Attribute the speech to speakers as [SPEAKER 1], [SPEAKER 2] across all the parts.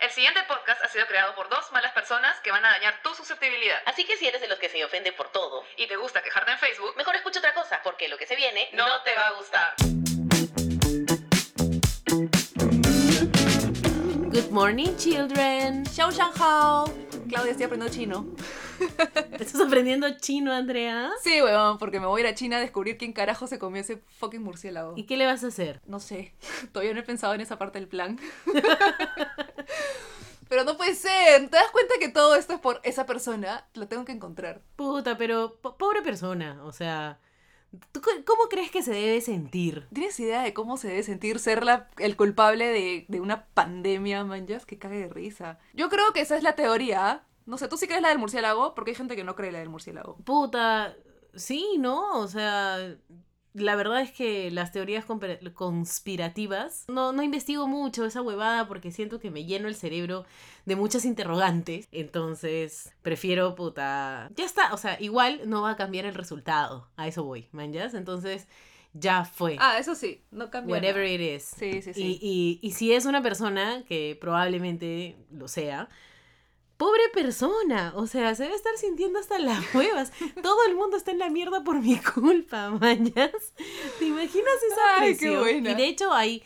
[SPEAKER 1] El siguiente podcast ha sido creado por dos malas personas que van a dañar tu susceptibilidad.
[SPEAKER 2] Así que si eres de los que se ofende por todo,
[SPEAKER 1] Y te gusta quejarte en Facebook,
[SPEAKER 2] mejor escucha otra cosa, porque lo que se viene
[SPEAKER 1] no, te va a gustar.
[SPEAKER 3] Good morning, children.
[SPEAKER 4] Xiao Shang Hao. Claudia, estoy aprendiendo chino.
[SPEAKER 3] ¿Estás aprendiendo chino, Andrea?
[SPEAKER 4] Sí, weón, porque me voy a ir a China a descubrir quién carajo se comió ese fucking murciélago.
[SPEAKER 3] ¿Y qué le vas a hacer?
[SPEAKER 4] No sé, todavía no he pensado en esa parte del plan. Pero no puede ser, ¿te das cuenta que todo esto es por esa persona? Lo tengo que encontrar.
[SPEAKER 3] Puta, pero po- pobre persona, o sea, ¿tú co- cómo crees que se debe sentir?
[SPEAKER 4] ¿Tienes idea de cómo se debe sentir ser la- el culpable de, de una pandemia, manjas? Que cague de risa. Yo creo que esa es la teoría. No sé, ¿tú sí crees la del murciélago? Porque hay gente que no cree la del murciélago.
[SPEAKER 3] Puta, sí, ¿no? O sea, la verdad es que las teorías compre- conspirativas, no, no investigo mucho esa huevada porque siento que me lleno el cerebro de muchas interrogantes, entonces prefiero, puta, ya está, o sea, igual no va a cambiar el resultado, a eso voy, manjas, entonces ya fue.
[SPEAKER 4] Ah, eso sí, no cambia. nada.
[SPEAKER 3] Whatever it is.
[SPEAKER 4] Sí, sí, sí.
[SPEAKER 3] Y, y- y si es una persona, que probablemente lo sea, pobre persona, o sea, se debe estar sintiendo hasta las huevas. Todo el mundo está en la mierda por mi culpa, mañas. ¿Te imaginas esa
[SPEAKER 4] Ay, qué
[SPEAKER 3] presión?
[SPEAKER 4] buena.
[SPEAKER 3] Y de hecho hay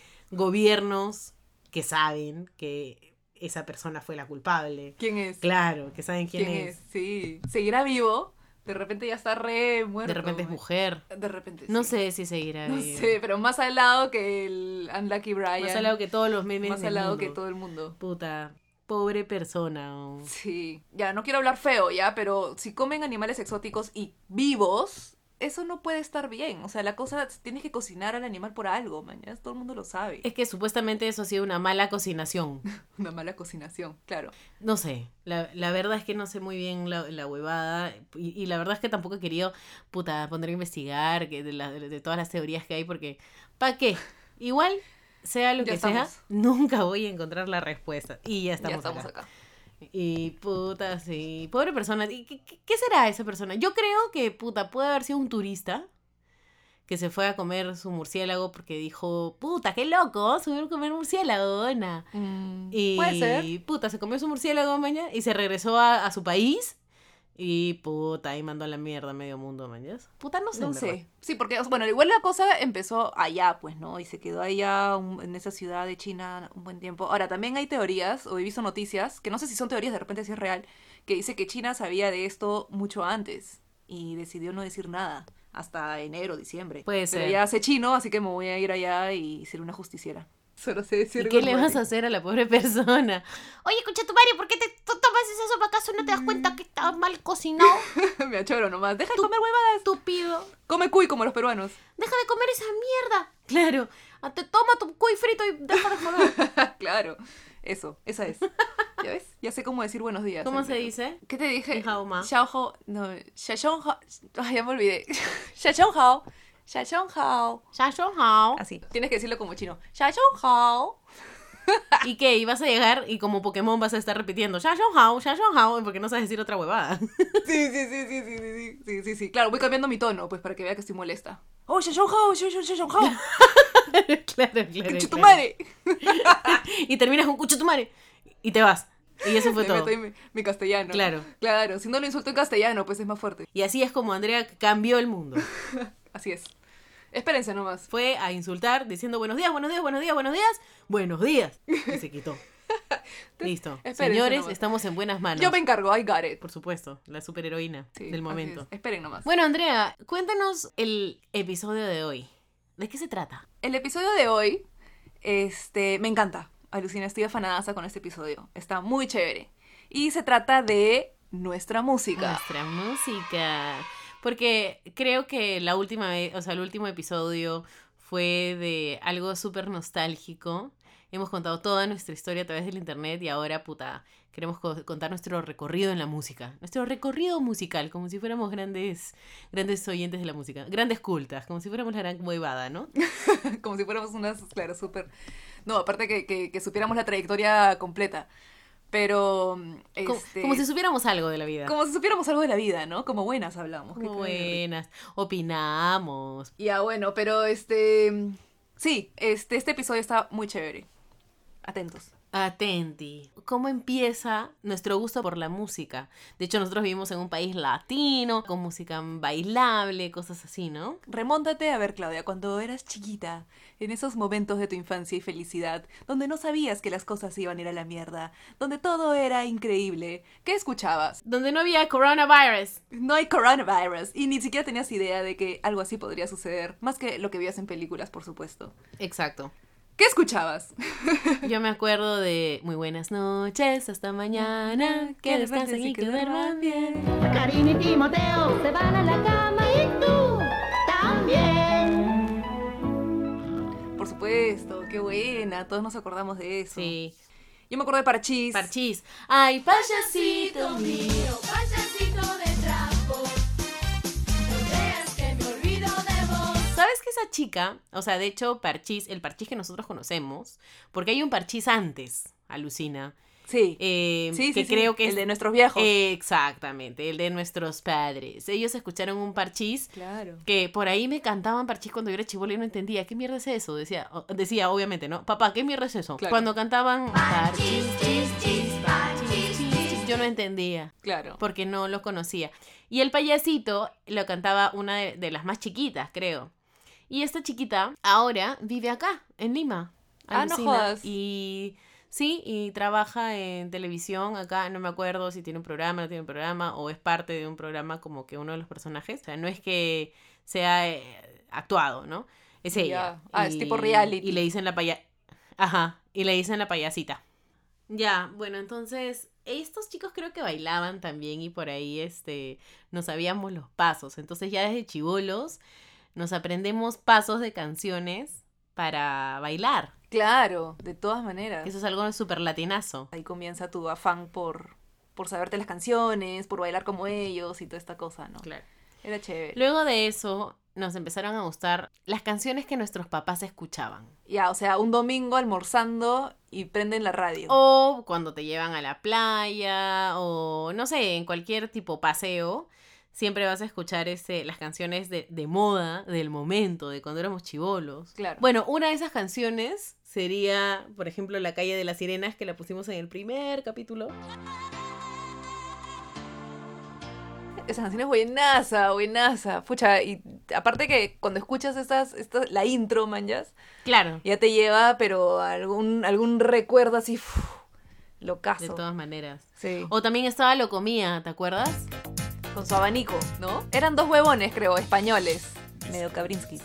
[SPEAKER 3] gobiernos que saben que esa persona fue la culpable.
[SPEAKER 4] ¿Quién es?
[SPEAKER 3] Claro, que saben quién, es.
[SPEAKER 4] Sí. Seguirá vivo. De repente ya está re muerto.
[SPEAKER 3] De repente es
[SPEAKER 4] güey.
[SPEAKER 3] mujer.
[SPEAKER 4] De repente.
[SPEAKER 3] No
[SPEAKER 4] sí.
[SPEAKER 3] sé si seguirá
[SPEAKER 4] No
[SPEAKER 3] vivo.
[SPEAKER 4] sé, pero más al lado que el Unlucky Brian.
[SPEAKER 3] Más al lado que todos los memes
[SPEAKER 4] Más
[SPEAKER 3] del
[SPEAKER 4] al lado que
[SPEAKER 3] mundo.
[SPEAKER 4] todo el mundo.
[SPEAKER 3] Puta, pobre persona. oh.
[SPEAKER 4] Sí. Ya, no quiero hablar feo, ya, pero si comen animales exóticos y vivos, eso no puede estar bien. O sea, la cosa, tienes que cocinar al animal por algo, mañana. Todo el mundo lo sabe.
[SPEAKER 3] Es que supuestamente eso ha sido una mala cocinación.
[SPEAKER 4] Una mala cocinación, claro.
[SPEAKER 3] No sé, la, la verdad es que no sé muy bien la, la huevada y, y la verdad es que tampoco he querido, puta, poner a investigar que de, la- de todas las teorías que hay porque, ¿pa' qué? Igual, sea lo
[SPEAKER 4] Ya
[SPEAKER 3] que sea,
[SPEAKER 4] estamos.
[SPEAKER 3] nunca voy a encontrar la respuesta. Y ya estamos,
[SPEAKER 4] ya estamos
[SPEAKER 3] acá.
[SPEAKER 4] acá.
[SPEAKER 3] Y puta, sí, pobre persona. ¿Y qué, qué- qué será esa persona? Yo creo que, puta, puede haber sido un turista que se fue a comer su murciélago porque dijo, puta, qué loco, se a comer murciélago, dona.
[SPEAKER 4] Mm,
[SPEAKER 3] Y
[SPEAKER 4] Puede ser.
[SPEAKER 3] puta, se comió su murciélago mañana y se regresó a, a su país. Y puta, ahí mandó a la mierda a medio mundo mañana. Puta, no sé.
[SPEAKER 4] No
[SPEAKER 3] en verdad.
[SPEAKER 4] sé. Sí, porque, bueno, igual la cosa empezó allá, pues, ¿no? Y se quedó allá un- en esa ciudad de China un buen tiempo. Ahora, también hay teorías, o he visto noticias, que no sé si son teorías, de repente si es real, que dice que China sabía de esto mucho antes y decidió no decir nada hasta enero, diciembre.
[SPEAKER 3] Puede
[SPEAKER 4] Pero
[SPEAKER 3] ser.
[SPEAKER 4] ya sé chino, así que me voy a ir allá y ser una justiciera. Solo sé decir
[SPEAKER 3] ¿Y qué le vas a hacer a la pobre persona?
[SPEAKER 5] Oye, concha tu madre, ¿por qué te to- tomas esa sopa? ¿Acaso no te das
[SPEAKER 4] Mm.
[SPEAKER 5] cuenta que está mal cocinado?
[SPEAKER 4] hacer? Me achoro nomás. Deja de comer hueva.
[SPEAKER 5] Estúpido.
[SPEAKER 4] Come cuy como los peruanos.
[SPEAKER 5] Deja de comer esa mierda.
[SPEAKER 3] Claro.
[SPEAKER 5] Ah, Te toma tu cuy frito y deja de joder.
[SPEAKER 4] claro. Eso, esa es. ¿Ya ves? Ya sé cómo decir buenos días.
[SPEAKER 3] ¿Cómo
[SPEAKER 4] al
[SPEAKER 3] se
[SPEAKER 4] menos.
[SPEAKER 3] dice?
[SPEAKER 4] ¿Qué te dije?
[SPEAKER 3] En Haoma.
[SPEAKER 4] Xiaohao- No, Xiaohao- Ay, ya me olvidé. Xiaohao. Xiaohao.
[SPEAKER 3] Ya yo, jao.
[SPEAKER 4] Así. Tienes que decirlo como chino. Xiaohao.
[SPEAKER 3] ¿Y qué? Y vas a llegar y como Pokémon vas a estar repitiendo ya yo, jao, ya yo, jao, porque no sabes decir otra huevada.
[SPEAKER 4] Sí, sí, sí, sí, sí, sí, sí, sí, sí, sí. Claro, voy cambiando mi tono, pues, para que vea que estoy molesta. Oh, Xiaohao, Xiaohao, Xiaohao.
[SPEAKER 3] claro, claro.
[SPEAKER 4] ¡Concha tu
[SPEAKER 3] claro.
[SPEAKER 4] madre!
[SPEAKER 3] Y terminas con cucho tu madre y te vas. Y eso fue
[SPEAKER 4] Le
[SPEAKER 3] todo.
[SPEAKER 4] meto ahí mi, mi castellano.
[SPEAKER 3] Claro.
[SPEAKER 4] Claro, si no lo insulto en castellano, pues es más fuerte.
[SPEAKER 3] Y así es como Andrea cambió el mundo.
[SPEAKER 4] Así es. Espérense nomás.
[SPEAKER 3] fue a insultar diciendo buenos días, buenos días, buenos días, buenos días, buenos días. Y se quitó. Listo.
[SPEAKER 4] Espérense
[SPEAKER 3] Señores,
[SPEAKER 4] nomás.
[SPEAKER 3] estamos en buenas manos.
[SPEAKER 4] Yo me encargo, I got it.
[SPEAKER 3] Por supuesto, la superheroína
[SPEAKER 4] Sí, así
[SPEAKER 3] del momento.
[SPEAKER 4] es. Esperen nomás.
[SPEAKER 3] Bueno, Andrea, cuéntanos el episodio de hoy. ¿De qué se trata?
[SPEAKER 4] El episodio de hoy, este, me encanta. Alucina, estoy afanadaza con este episodio. Está muy chévere. Y se trata de nuestra música.
[SPEAKER 3] Nuestra música. Porque creo que la última vez, o sea, el último episodio fue de algo súper nostálgico. Hemos contado toda nuestra historia a través del internet y ahora, puta, queremos co- contar nuestro recorrido en la música. Nuestro recorrido musical, como si fuéramos grandes, grandes oyentes de la música. Grandes cultas, como si fuéramos la gran huevada, ¿no?
[SPEAKER 4] Como si fuéramos unas, claro, súper... No, aparte que, que- que supiéramos la trayectoria completa. Pero,
[SPEAKER 3] Como,
[SPEAKER 4] este,
[SPEAKER 3] como si supiéramos algo de la vida.
[SPEAKER 4] como si supiéramos algo de la vida, ¿no? Como buenas hablamos.
[SPEAKER 3] Como
[SPEAKER 4] Qué cagada de risa.
[SPEAKER 3] buenas. Opinamos.
[SPEAKER 4] Ya, bueno, mm, pero este... Sí, este, este episodio está muy chévere. Atentos.
[SPEAKER 3] Atenti. ¿Cómo empieza nuestro gusto por la música? De hecho, nosotros vivimos en un país latino, con música bailable, cosas así, ¿no?
[SPEAKER 4] Remóntate a ver, Claudia, cuando eras chiquita, en esos momentos de tu infancia y felicidad, donde no sabías que las cosas se iban a ir a la mierda, donde todo era increíble, ¿qué escuchabas?
[SPEAKER 3] Donde no había coronavirus.
[SPEAKER 4] No hay coronavirus y ni siquiera tenías idea de que algo así podría suceder, más que lo que veías en películas, por supuesto.
[SPEAKER 3] Exacto.
[SPEAKER 4] ¿Qué escuchabas?
[SPEAKER 3] Yo me acuerdo de muy buenas noches, hasta mañana, que descansen y que duerman bien.
[SPEAKER 6] Karina y Timoteo se van a la cama y tú también.
[SPEAKER 4] Por supuesto, qué buena, todos nos acordamos de eso.
[SPEAKER 3] Sí.
[SPEAKER 4] Yo me acuerdo de Parchís.
[SPEAKER 3] Parchís. Ay, payasito mío. ¿Sabes que esa chica, o sea, de hecho, Parchís, el Parchís que nosotros conocemos, porque hay un Parchís antes, alucina,
[SPEAKER 4] Sí.
[SPEAKER 3] eh,
[SPEAKER 4] sí, sí,
[SPEAKER 3] que
[SPEAKER 4] sí,
[SPEAKER 3] creo que
[SPEAKER 4] el
[SPEAKER 3] es... eh,
[SPEAKER 4] de nuestros viejos.
[SPEAKER 3] Exactamente, el de nuestros padres. Ellos escucharon un Parchís
[SPEAKER 4] Claro.
[SPEAKER 3] que por ahí me cantaban parchís cuando yo era chivola y no entendía qué mierda es eso decía o- decía obviamente no papá qué mierda es eso
[SPEAKER 4] Claro.
[SPEAKER 3] cuando cantaban parchís parchís, parchís, yo no entendía
[SPEAKER 4] Claro.
[SPEAKER 3] porque no lo conocía y el payasito lo cantaba una de, de las más chiquitas creo y esta chiquita ahora vive acá en Lima
[SPEAKER 4] Ah, no
[SPEAKER 3] alucina,
[SPEAKER 4] jodas.
[SPEAKER 3] y Sí, y trabaja en televisión acá, no me acuerdo si tiene un programa, no tiene un programa, o es parte de un programa como que uno de los personajes. O sea, no es que sea eh, actuado, ¿no? Es ella.
[SPEAKER 4] Ya. Ah, es tipo reality.
[SPEAKER 3] Y le dicen la paya... Ajá, y le dicen la payasita. Ya, bueno, entonces, estos chicos creo que bailaban también y por ahí, este, nos sabíamos los pasos. Entonces ya desde chivolos nos aprendemos pasos de canciones para bailar.
[SPEAKER 4] Claro, de todas maneras.
[SPEAKER 3] Eso es algo súper latinazo.
[SPEAKER 4] Ahí comienza tu afán por, por saberte las canciones, por bailar como ellos y toda esta cosa, ¿no?
[SPEAKER 3] Claro.
[SPEAKER 4] Era chévere.
[SPEAKER 3] Luego de eso, nos empezaron a gustar las canciones que nuestros papás escuchaban.
[SPEAKER 4] Ya, o sea, un domingo almorzando y prenden la radio.
[SPEAKER 3] O cuando te llevan a la playa, o no sé, en cualquier tipo paseo, siempre vas a escuchar este, las canciones de, de moda, del momento, de cuando éramos chivolos.
[SPEAKER 4] Claro.
[SPEAKER 3] Bueno, una de esas canciones sería, por ejemplo, La calle de las sirenas, que la pusimos en el primer capítulo.
[SPEAKER 4] Esa canción es buenaza, buenaza. Pucha, y aparte que cuando escuchas estas, estas la intro, manjas,
[SPEAKER 3] Claro.
[SPEAKER 4] ya te lleva, pero a algún, algún recuerdo así, lo
[SPEAKER 3] De
[SPEAKER 4] locazo.
[SPEAKER 3] todas maneras.
[SPEAKER 4] Sí,
[SPEAKER 3] O también estaba Lo Comía, ¿te acuerdas?
[SPEAKER 4] con su abanico, ¿no? Eran dos huevones, creo, españoles. Medio Kabrinsky.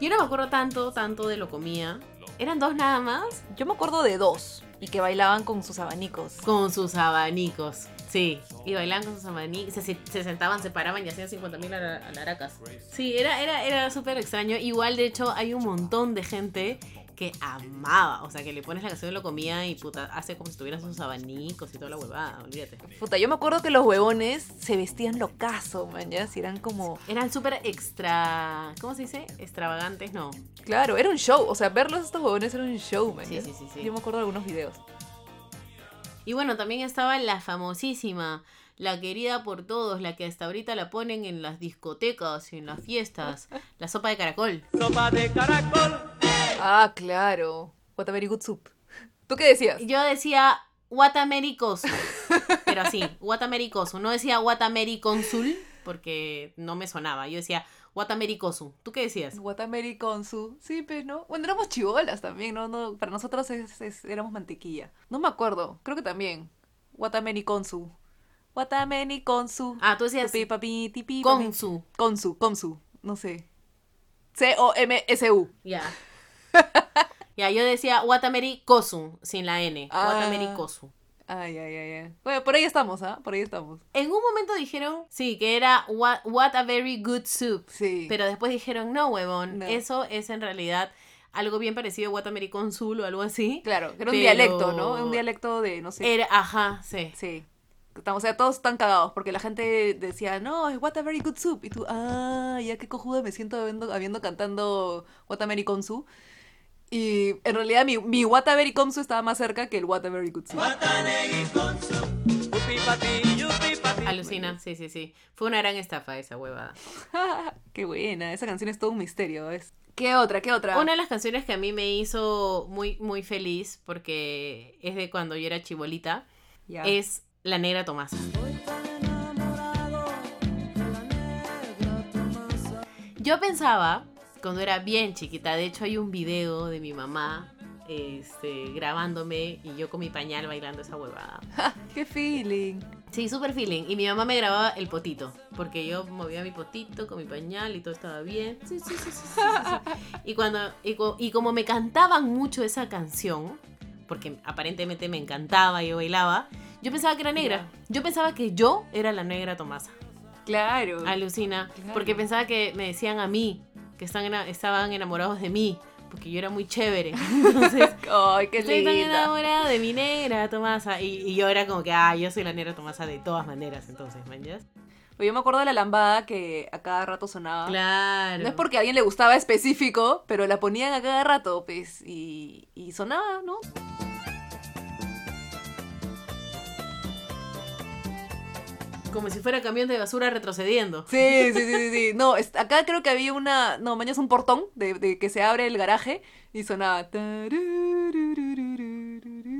[SPEAKER 3] Yo no me acuerdo tanto, tanto de Lo Comía. Eran dos nada más
[SPEAKER 4] Yo me acuerdo de dos y que bailaban con sus abanicos.
[SPEAKER 3] con sus abanicos. Sí, y bailaban con sus abanicos, se, se- se sentaban, se paraban y hacían 50.000 ara- alaracas. Sí, era, era, era súper extraño. Igual, de hecho, hay un montón de gente que amaba. O sea, que le pones la canción de Lo Comía y puta, hace como si tuvieran sus abanicos y toda la huevada, olvídate.
[SPEAKER 4] Puta, yo me acuerdo que los huevones se vestían locazo, man, ya, si eran como...
[SPEAKER 3] Eran súper extra... ¿Cómo se dice? Extravagantes, no.
[SPEAKER 4] Claro, era un show, o sea, verlos estos huevones era un show, man,
[SPEAKER 3] Sí,
[SPEAKER 4] ya.
[SPEAKER 3] sí, sí, sí.
[SPEAKER 4] Yo me acuerdo de algunos videos.
[SPEAKER 3] Y bueno, también estaba la famosísima, la querida por todos, la que hasta ahorita la ponen en las discotecas, en las fiestas, la sopa de caracol.
[SPEAKER 4] Ah, claro. What a very good soup. ¿Tú qué decías?
[SPEAKER 3] Yo decía Guatamericoso, pero así, Guatamericoso. No decía Guatamericonsul porque no me sonaba. Yo decía Guatamericoso. ¿Tú qué decías?
[SPEAKER 4] What a Mary Consu. Sí, pues, ¿no? Bueno, éramos chivolas también, ¿no? no para nosotros es- es- éramos mantequilla. No me acuerdo, creo que también. What a Mary Consu. What a Mary Consu.
[SPEAKER 3] Ah, tú decías
[SPEAKER 4] Papi, papi, tipi, papi.
[SPEAKER 3] Consu.
[SPEAKER 4] Consu, Consu, no sé. C-O-M-S-U.
[SPEAKER 3] Ya. Ya, yo decía Guatamericoso sin la N.
[SPEAKER 4] Ah.
[SPEAKER 3] Guatamericoso.
[SPEAKER 4] Ay, ay, ay, ay. Bueno, por ahí estamos, ¿ah? Por ahí estamos.
[SPEAKER 3] En un momento dijeron, sí, que era What, what a very good soup.
[SPEAKER 4] Sí.
[SPEAKER 3] Pero después dijeron, no, huevón,
[SPEAKER 4] No.
[SPEAKER 3] eso es en realidad algo bien parecido a Guatamericonsul o algo así.
[SPEAKER 4] claro, era un
[SPEAKER 3] pero-
[SPEAKER 4] dialecto, ¿no? Un dialecto de, no sé.
[SPEAKER 3] Era, ajá, sí.
[SPEAKER 4] Sí. Estamos, o sea, todos están cagados porque la gente decía, no, es What a Very Good Soup. Y tú, ah, ya qué cojuda me siento habiendo, habiendo cantando What a Very Con Soup. Y en realidad mi, mi What a Very Con Soup estaba más cerca que el What a Very Good Soup.
[SPEAKER 7] yupi pa' ti, yupi pa' ti.
[SPEAKER 3] Alucina, sí, sí, sí. Fue una gran estafa esa huevada.
[SPEAKER 4] Qué buena, esa canción es todo un misterio. Es... ¿Qué otra? ¿Qué otra?
[SPEAKER 3] Una de las canciones que a mí me hizo muy, muy feliz, porque es de cuando yo era chibolita,
[SPEAKER 4] Ya.
[SPEAKER 3] es La Negra Tomasa. Yo pensaba, cuando era bien chiquita, de hecho hay un video de mi mamá este, grabándome y yo con mi pañal bailando esa huevada.
[SPEAKER 4] Qué feeling.
[SPEAKER 3] Sí, super feeling. Y mi mamá me grababa el potito, porque yo movía mi potito con mi pañal y todo estaba bien. Sí, sí, sí, sí, sí, sí, sí. Y, cuando, y, co- y como me cantaban mucho esa canción, porque aparentemente me encantaba y yo bailaba, yo pensaba que era negra. Yo pensaba que yo era la negra Tomasa.
[SPEAKER 4] Claro.
[SPEAKER 3] Alucina,
[SPEAKER 4] Claro.
[SPEAKER 3] porque pensaba que me decían a mí, que están ena- estaban enamorados de mí, porque yo era muy chévere. Entonces,
[SPEAKER 4] Ay, qué
[SPEAKER 3] Estoy tan
[SPEAKER 4] linda.
[SPEAKER 3] enamorada de mi negra Tomasa. Y, y yo era como que, ah, yo soy la negra Tomasa de todas maneras, entonces, ¿me entiendes?
[SPEAKER 4] Yo me acuerdo de la lambada que a cada rato sonaba.
[SPEAKER 3] Claro.
[SPEAKER 4] No es porque a alguien le gustaba específico, pero la ponían a cada rato, pues, y, y sonaba, ¿no?
[SPEAKER 3] Como si fuera camión de basura retrocediendo.
[SPEAKER 4] Sí, sí, sí, sí, sí. No, es- acá creo que había una, no, mañana es un portón de, de que se abre el garaje y sonaba.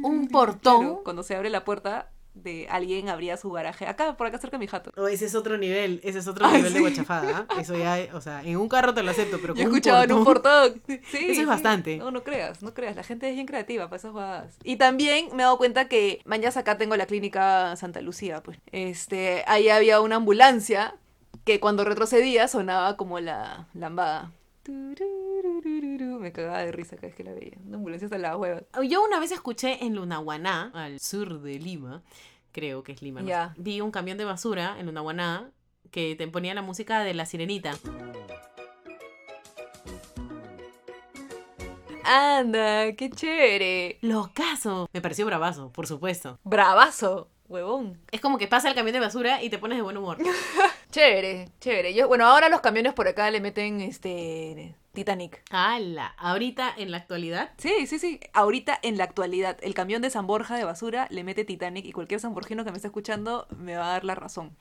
[SPEAKER 4] Un
[SPEAKER 3] portón?
[SPEAKER 4] cuando se abre la puerta de alguien abría su garaje. Acá, por acá cerca de mi jato.
[SPEAKER 3] O Oh, ese es otro nivel, ese es otro
[SPEAKER 4] Ay,
[SPEAKER 3] nivel de
[SPEAKER 4] sí.
[SPEAKER 3] guachafada. ¿ah? Eso ya, o sea, en un carro te lo acepto, pero
[SPEAKER 4] Yo
[SPEAKER 3] con
[SPEAKER 4] he escuchado en un portón. Sí,
[SPEAKER 3] es
[SPEAKER 4] sí.
[SPEAKER 3] bastante.
[SPEAKER 4] No, no creas, no creas. La gente es bien creativa para esas jugadas. Y también me he dado cuenta que mañana acá tengo la clínica Santa Lucía, pues. Este, ahí había una ambulancia que cuando retrocedía sonaba como la lambada. Turururururu. Me cagaba de risa cada vez que la veía. Una ambulancia hasta la hueva.
[SPEAKER 3] Yo una vez escuché en Lunahuaná, al sur de Lima, creo que es Lima, no
[SPEAKER 4] Ya.
[SPEAKER 3] sé, vi un camión de basura en Lunahuaná que te ponía la música de La Sirenita.
[SPEAKER 4] Anda, qué chévere.
[SPEAKER 3] Lo caso. Me pareció bravazo, por supuesto.
[SPEAKER 4] Bravazo, huevón.
[SPEAKER 3] Es como que pasa el camión de basura y te pones de buen humor.
[SPEAKER 4] Chévere, chévere. Yo, bueno, ahora los camiones por acá le meten este Titanic.
[SPEAKER 3] ¡Hala! Ahorita, en la actualidad,
[SPEAKER 4] Sí, sí, sí. Ahorita, en la actualidad, el camión de San Borja de basura le mete Titanic y cualquier sanborjino que me esté escuchando me va a dar la razón.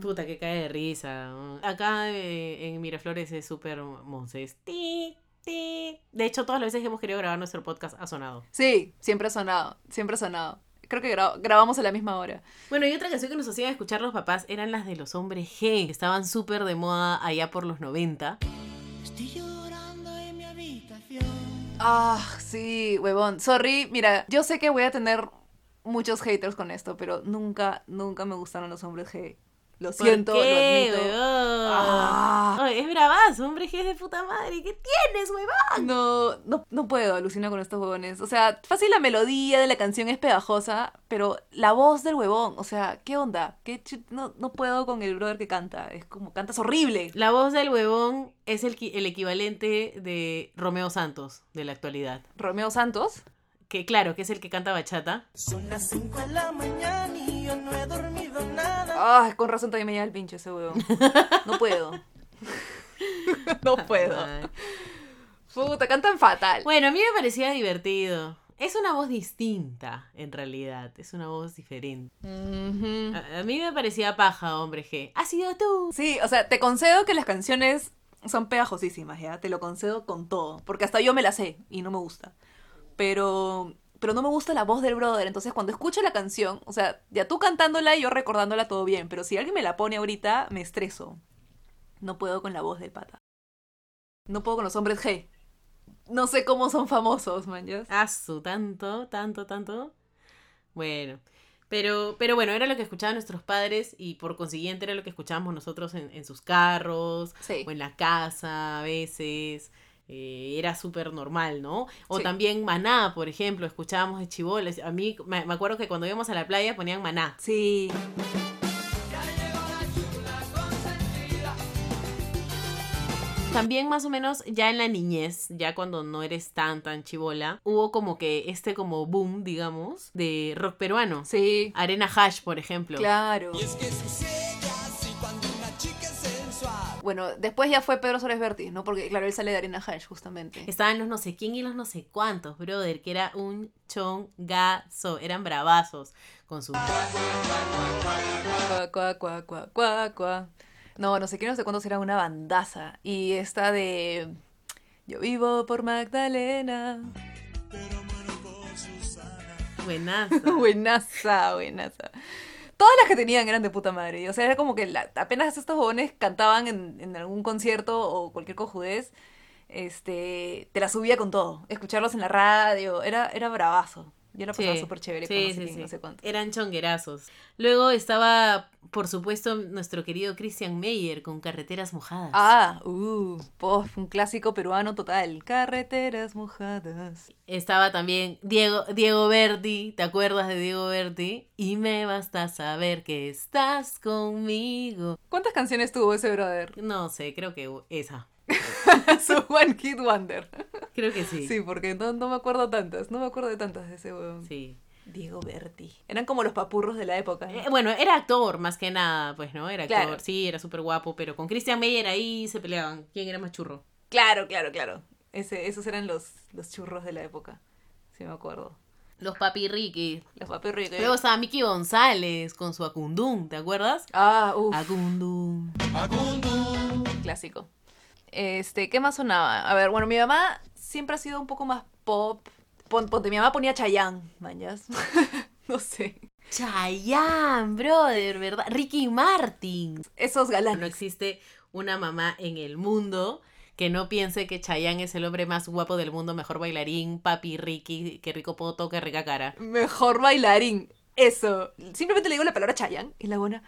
[SPEAKER 3] puta que cae de risa. Acá eh, en Miraflores es súper monces. Ti, ti. De hecho, todas las veces que hemos querido grabar nuestro podcast ha sonado.
[SPEAKER 4] Sí, siempre ha sonado, siempre ha sonado. Creo que gra- grabamos a la misma hora.
[SPEAKER 3] Bueno, y otra canción que nos hacían escuchar los papás eran las de los hombres G, que estaban súper de moda allá por los 90.
[SPEAKER 4] Ah, sí, huevón. Sorry, mira, yo sé que voy a tener muchos haters con esto, pero nunca, nunca me gustaron los hombres G. Lo
[SPEAKER 3] ¿Por
[SPEAKER 4] siento, lo
[SPEAKER 3] qué,
[SPEAKER 4] admito.
[SPEAKER 3] huevón?
[SPEAKER 4] Ah.
[SPEAKER 3] Ay, es bravazo, hombre G es de puta madre. ¿Qué tienes, huevón?
[SPEAKER 4] No, no, no puedo, alucina con estos huevones. O sea, fácil la melodía de la canción es pegajosa, pero la voz del huevón, o sea, ¿qué onda? ¿Qué chu- no, no puedo con el brother que canta, es como, cantas horrible.
[SPEAKER 3] La voz del huevón es el, qui- el equivalente de Romeo Santos de la actualidad.
[SPEAKER 4] Romeo Santos.
[SPEAKER 3] Que claro, que es el que canta bachata.
[SPEAKER 7] Son las 5 de la mañana y yo no he dormido nada.
[SPEAKER 4] Ay, Ah, con razón también me lleva el pinche ese huevón. No puedo. No puedo.
[SPEAKER 3] Ay.
[SPEAKER 4] Puta, cantan fatal.
[SPEAKER 3] Bueno, a mí me parecía divertido. Es una voz distinta, en realidad. Es una voz diferente.
[SPEAKER 4] Ujú.
[SPEAKER 3] A, a mí me parecía paja, hombre G. Ha sido tú.
[SPEAKER 4] Sí, o sea, te concedo que las canciones son pegajosísimas, ¿ya? Te lo concedo con todo, porque hasta yo me la sé y no me gusta. Pero pero no me gusta la voz del brother, entonces cuando escucho la canción, o sea, ya tú cantándola y yo recordándola todo bien, pero si alguien me la pone ahorita, me estreso. No puedo con la voz del pata. No puedo con los hombres G. No sé cómo son famosos, man. ¿ya?
[SPEAKER 3] Asu, tanto, tanto, tanto. Bueno. Pero, pero bueno, era lo que escuchaban nuestros padres y por consiguiente era lo que escuchábamos nosotros en- en sus carros,
[SPEAKER 4] Sí.
[SPEAKER 3] o en la casa a veces. eh, era súper normal, ¿no? O
[SPEAKER 4] Sí.
[SPEAKER 3] también maná, por ejemplo, escuchábamos de chiboles. A mí me, me acuerdo que cuando íbamos a la playa ponían maná.
[SPEAKER 4] Sí.
[SPEAKER 3] También más o menos ya en la niñez, ya cuando no eres tan tan chibola, hubo como que este como boom, digamos, de rock peruano.
[SPEAKER 4] Sí.
[SPEAKER 3] Arena Hash, por ejemplo.
[SPEAKER 4] Claro.
[SPEAKER 7] Y es que sucede así cuando una chica es sensual.
[SPEAKER 4] Bueno, después ya fue Pedro Suárez Vértiz, ¿no? Porque, claro, él sale de Arena Hash, justamente.
[SPEAKER 3] Estaban los no sé quién y los no sé cuántos, brother, que era un chongazo. Eran bravazos con su...
[SPEAKER 4] Cuá, cuá, cuá, cuá, cuá, cuá. No, no sé qué, no sé cuándo será una bandaza. Y esta de. Yo vivo por Magdalena.
[SPEAKER 3] Buenazo.
[SPEAKER 4] Buenaza, buenaza. Todas las que tenían eran de puta madre. O sea, era como que la- apenas estos jóvenes cantaban en, en algún concierto o cualquier cojudez, este, te la subía con todo. Escucharlos en la radio, era, era bravazo. Yo la pasaba
[SPEAKER 3] Sí,
[SPEAKER 4] súper chévere con
[SPEAKER 3] sí,
[SPEAKER 4] no sé
[SPEAKER 3] sí,
[SPEAKER 4] quién,
[SPEAKER 3] sí.
[SPEAKER 4] no sé cuánto.
[SPEAKER 3] Eran chonguerazos. Luego estaba, por supuesto, nuestro querido Christian Meyer con Carreteras Mojadas.
[SPEAKER 4] Ah, uh, pof, un clásico peruano total. Carreteras mojadas.
[SPEAKER 3] Estaba también Diego, Diego Berti, ¿te acuerdas de Diego Berti? Y me basta saber que estás conmigo.
[SPEAKER 4] ¿Cuántas canciones tuvo ese brother?
[SPEAKER 3] No sé, creo que esa.
[SPEAKER 4] Su One Kid Wonder.
[SPEAKER 3] Creo que sí.
[SPEAKER 4] Sí, porque no, no me acuerdo tantas, no me acuerdo de tantas de ese huevón.
[SPEAKER 3] Sí.
[SPEAKER 4] Diego Berti. Eran como los papurros de la época. ¿no?
[SPEAKER 3] Eh, bueno, era actor más que nada, pues, ¿no? Era actor,
[SPEAKER 4] Claro.
[SPEAKER 3] sí, era súper guapo, pero con Christian Meyer ahí se peleaban. ¿Quién era más churro?
[SPEAKER 4] Claro, claro, claro. Ese, esos eran los, los churros de la época. Sí, me acuerdo.
[SPEAKER 3] Los papi Ricky.
[SPEAKER 4] Los papurritos.
[SPEAKER 3] Luego estaba Mickey González con su Acundum, ¿te acuerdas?
[SPEAKER 4] Ah, uff,
[SPEAKER 3] Acundum.
[SPEAKER 4] clásico. Este, ¿qué más sonaba? A ver, bueno, mi mamá siempre ha sido un poco más pop. Pon- Ponte, mi mamá ponía Chayanne, mañas. no sé.
[SPEAKER 3] Chayanne, brother, ¿verdad? Ricky Martin.
[SPEAKER 4] Esos
[SPEAKER 3] No
[SPEAKER 4] galanes.
[SPEAKER 3] existe una mamá en el mundo que no piense que Chayanne es el hombre más guapo del mundo, mejor bailarín, papi Ricky, qué rico poto, qué rica cara.
[SPEAKER 4] Mejor bailarín. Eso. Simplemente le digo la palabra Chayanne y la buena.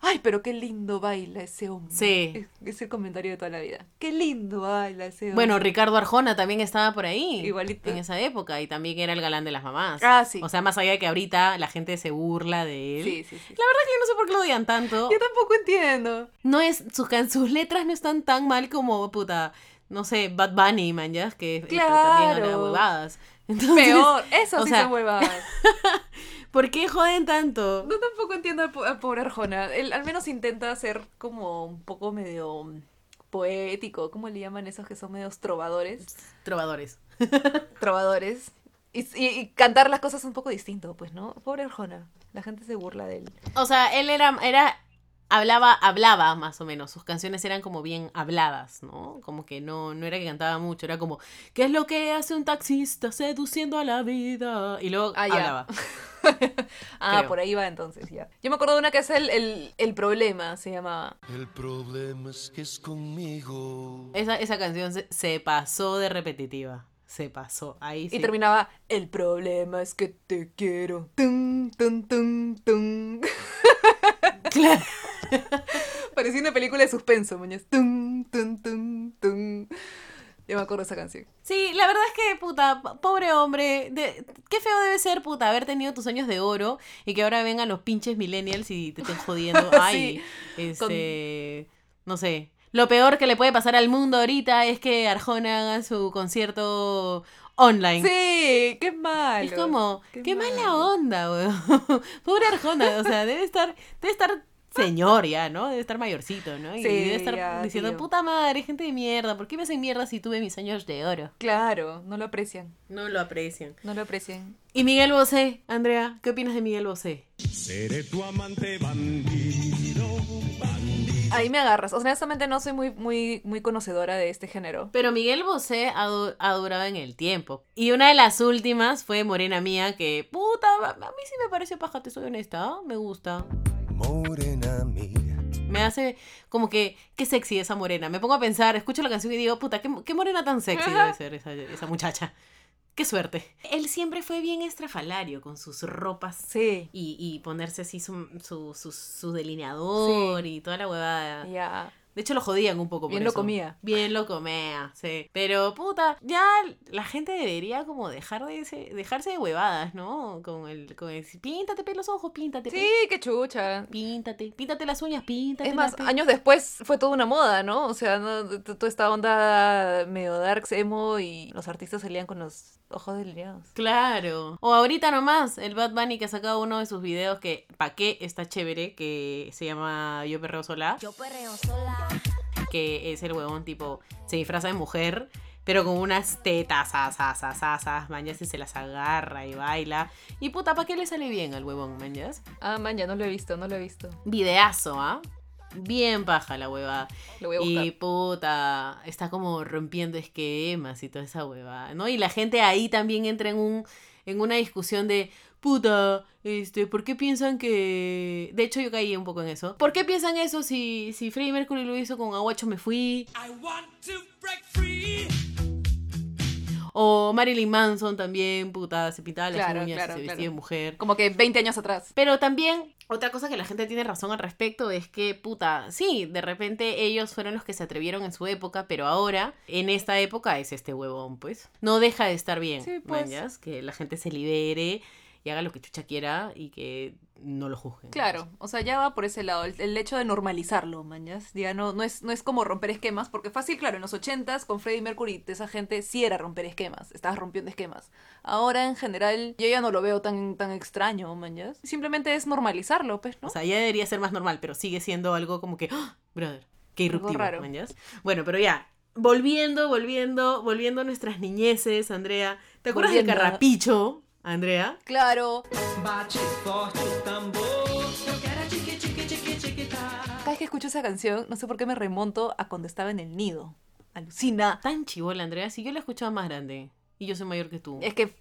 [SPEAKER 4] Ay, pero qué lindo baila ese hombre.
[SPEAKER 3] Sí.
[SPEAKER 4] Es, es el comentario de toda la vida. Qué lindo baila ese hombre.
[SPEAKER 3] Bueno, Ricardo Arjona también estaba por ahí.
[SPEAKER 4] Igualito.
[SPEAKER 3] En esa época y también era el galán de las mamás.
[SPEAKER 4] Ah, sí.
[SPEAKER 3] O sea, más allá de que ahorita la gente se burla de él.
[SPEAKER 4] Sí, sí, sí.
[SPEAKER 3] La verdad es que yo no sé por qué lo odian tanto.
[SPEAKER 4] Yo tampoco entiendo.
[SPEAKER 3] No es, sus, can- sus letras no están tan mal como, puta, no sé, Bad Bunny, man, ya, que que también habla
[SPEAKER 4] Claro.
[SPEAKER 3] huevadas. Entonces,
[SPEAKER 4] Peor, eso
[SPEAKER 3] o
[SPEAKER 4] sí
[SPEAKER 3] sea-
[SPEAKER 4] son huevadas.
[SPEAKER 3] ¿Por qué joden tanto?
[SPEAKER 4] No tampoco entiendo al, po- al pobre Arjona. Él al menos intenta ser como un poco medio mm, poético. ¿Cómo le llaman esos que son medios trovadores?
[SPEAKER 3] Trovadores.
[SPEAKER 4] Trovadores. Y, y- y cantar las cosas un poco distinto, pues, ¿no? Pobre Arjona. La gente se burla de él.
[SPEAKER 3] O sea, él era, era, hablaba, hablaba más o menos. Sus canciones eran como bien habladas, ¿no? Como que no, no era que cantaba mucho, era como, ¿qué es lo que hace un taxista seduciendo a la vida? Y luego
[SPEAKER 4] Ah, ya.
[SPEAKER 3] hablaba.
[SPEAKER 4] Ah,
[SPEAKER 3] Creo.
[SPEAKER 4] por ahí va entonces, ya. Yo me acuerdo de una que es el, el, el problema, se llamaba.
[SPEAKER 7] El problema es que es conmigo.
[SPEAKER 3] Esa, esa canción se, se pasó de repetitiva. Se pasó. Ahí sí.
[SPEAKER 4] Y terminaba, el problema es que te quiero. Tum, tum, tum, tum.
[SPEAKER 3] Claro.
[SPEAKER 4] Parecía una película de suspenso, muñez. Tum, tum, tum, tum. Yo me acuerdo de esa canción.
[SPEAKER 3] Sí, la verdad es que, puta, p- pobre hombre, de- qué feo debe ser, puta, haber tenido tus años de oro y que ahora vengan los pinches millennials y te estén jodiendo. Ay, este, no sé. Lo peor que le puede pasar al mundo ahorita es que Arjona haga su concierto online.
[SPEAKER 4] Sí, qué malo.
[SPEAKER 3] Es como, qué,
[SPEAKER 4] Qué
[SPEAKER 3] mala
[SPEAKER 4] malo.
[SPEAKER 3] onda, weón. Pobre Arjona, o sea, debe estar, debe estar señor ya, ¿no? Debe estar mayorcito, ¿no? Y
[SPEAKER 4] Sí,
[SPEAKER 3] debe estar
[SPEAKER 4] ya,
[SPEAKER 3] diciendo,
[SPEAKER 4] tío.
[SPEAKER 3] puta madre, gente de mierda, ¿por qué me hacen mierda si tuve mis años de oro?
[SPEAKER 4] Claro, no lo aprecian,
[SPEAKER 3] No lo aprecian.
[SPEAKER 4] no lo aprecian.
[SPEAKER 3] Y Miguel Bosé, Andrea, ¿qué opinas de Miguel Bosé?
[SPEAKER 8] Seré tu amante bandido, bandido.
[SPEAKER 4] Ahí me agarras. Honestamente no soy muy, muy, muy conocedora de este género.
[SPEAKER 3] Pero Miguel Bosé ha, du- ha durado en el tiempo. Y una de las últimas fue Morena Mía, que puta, a a mí sí me parece paja, te soy honesta, ¿ah? me gusta.
[SPEAKER 7] Morena mía.
[SPEAKER 3] Me hace como que, qué sexy esa morena. Me pongo a pensar, escucho la canción y digo, puta, qué, qué morena tan sexy debe ser esa, esa muchacha. Qué suerte. Él siempre fue bien estrafalario con sus ropas
[SPEAKER 4] Sí.
[SPEAKER 3] y, y ponerse así su, su, su- su delineador y toda la huevada.
[SPEAKER 4] Ya.
[SPEAKER 3] De hecho, lo jodían un poco. por
[SPEAKER 4] Bien lo
[SPEAKER 3] eso.
[SPEAKER 4] comía.
[SPEAKER 3] Bien lo comía, sí. Pero puta, ya la gente debería como dejar de ese- dejarse de huevadas, ¿no? Con el, con el píntate pe, los ojos, píntate. pe,
[SPEAKER 4] Sí, qué chucha.
[SPEAKER 3] Píntate, píntate las uñas, píntate.
[SPEAKER 4] Es más,
[SPEAKER 3] la pe-
[SPEAKER 4] años después fue toda una moda, ¿no? O sea, no, t- toda esta onda medio dark emo y los artistas salían con los ojos delineados.
[SPEAKER 3] Claro. O ahorita nomás, el Bad Bunny que ha sacado uno de sus videos que pa' qué está chévere, que se llama Yo Perreo Sola.
[SPEAKER 6] Yo perreo sola,
[SPEAKER 3] que es el huevón tipo, se disfraza de mujer, pero con unas tetas, asas, asas, asas, mañas y se las agarra y baila. Y puta, ¿para qué le sale bien al huevón, mañas?
[SPEAKER 9] Ah, man, ya no lo he visto, no lo he visto.
[SPEAKER 3] Videazo, ¿ah? Bien paja la hueva.
[SPEAKER 9] Lo voy a buscar.
[SPEAKER 3] Y puta, está como rompiendo esquemas y toda esa hueva, ¿no? Y la gente ahí también entra en un en una discusión de puta, este, ¿por qué piensan que de hecho yo caí un poco en eso? ¿Por qué piensan eso si si Freddie Mercury lo hizo con Aguacho me fui o Marilyn Manson también, puta, se pintaba las
[SPEAKER 9] Claro,
[SPEAKER 3] uñas y
[SPEAKER 9] claro,
[SPEAKER 3] se vestía
[SPEAKER 9] claro.
[SPEAKER 3] de mujer.
[SPEAKER 4] Como que 20 años atrás.
[SPEAKER 3] Pero también, otra cosa que la gente tiene razón al respecto es que, puta, sí, de repente ellos fueron los que se atrevieron en su época, pero ahora, en esta época, es este huevón, pues. No deja de estar bien,
[SPEAKER 4] Sí, pues.
[SPEAKER 3] manjas, que la gente se libere y haga lo que chucha quiera y que no lo juzguen. pues.
[SPEAKER 4] Claro, o sea, ya va por ese lado, el, el hecho de normalizarlo, mañas. Ya no, no, es, no es como romper esquemas, porque fácil, claro, en los 80s con Freddie Mercury, esa gente sí era romper esquemas, estabas rompiendo esquemas. Ahora, en general, yo ya no lo veo tan, tan extraño, mañas. Simplemente es normalizarlo, pues, ¿no?
[SPEAKER 3] O sea, ya debería ser más normal, pero sigue siendo algo como que, ¡Ah! brother, qué irruptivo,
[SPEAKER 4] raro.
[SPEAKER 3] ¿manjas? Bueno, pero ya, volviendo, volviendo, volviendo a nuestras niñeces, Andrea. ¿Te acuerdas del
[SPEAKER 4] Volviendo a-
[SPEAKER 3] carrapicho, Andrea?
[SPEAKER 4] claro,
[SPEAKER 7] Bate forte o tambor. Eu quero a tique, tique, tique, tique,
[SPEAKER 4] cada vez que escucho esa canción, no sé por qué me remonto a cuando estaba en el nido. Alucina.
[SPEAKER 3] tan chivola, Andrea. Si yo la escuchaba más grande y yo soy mayor que tú.
[SPEAKER 4] Es que,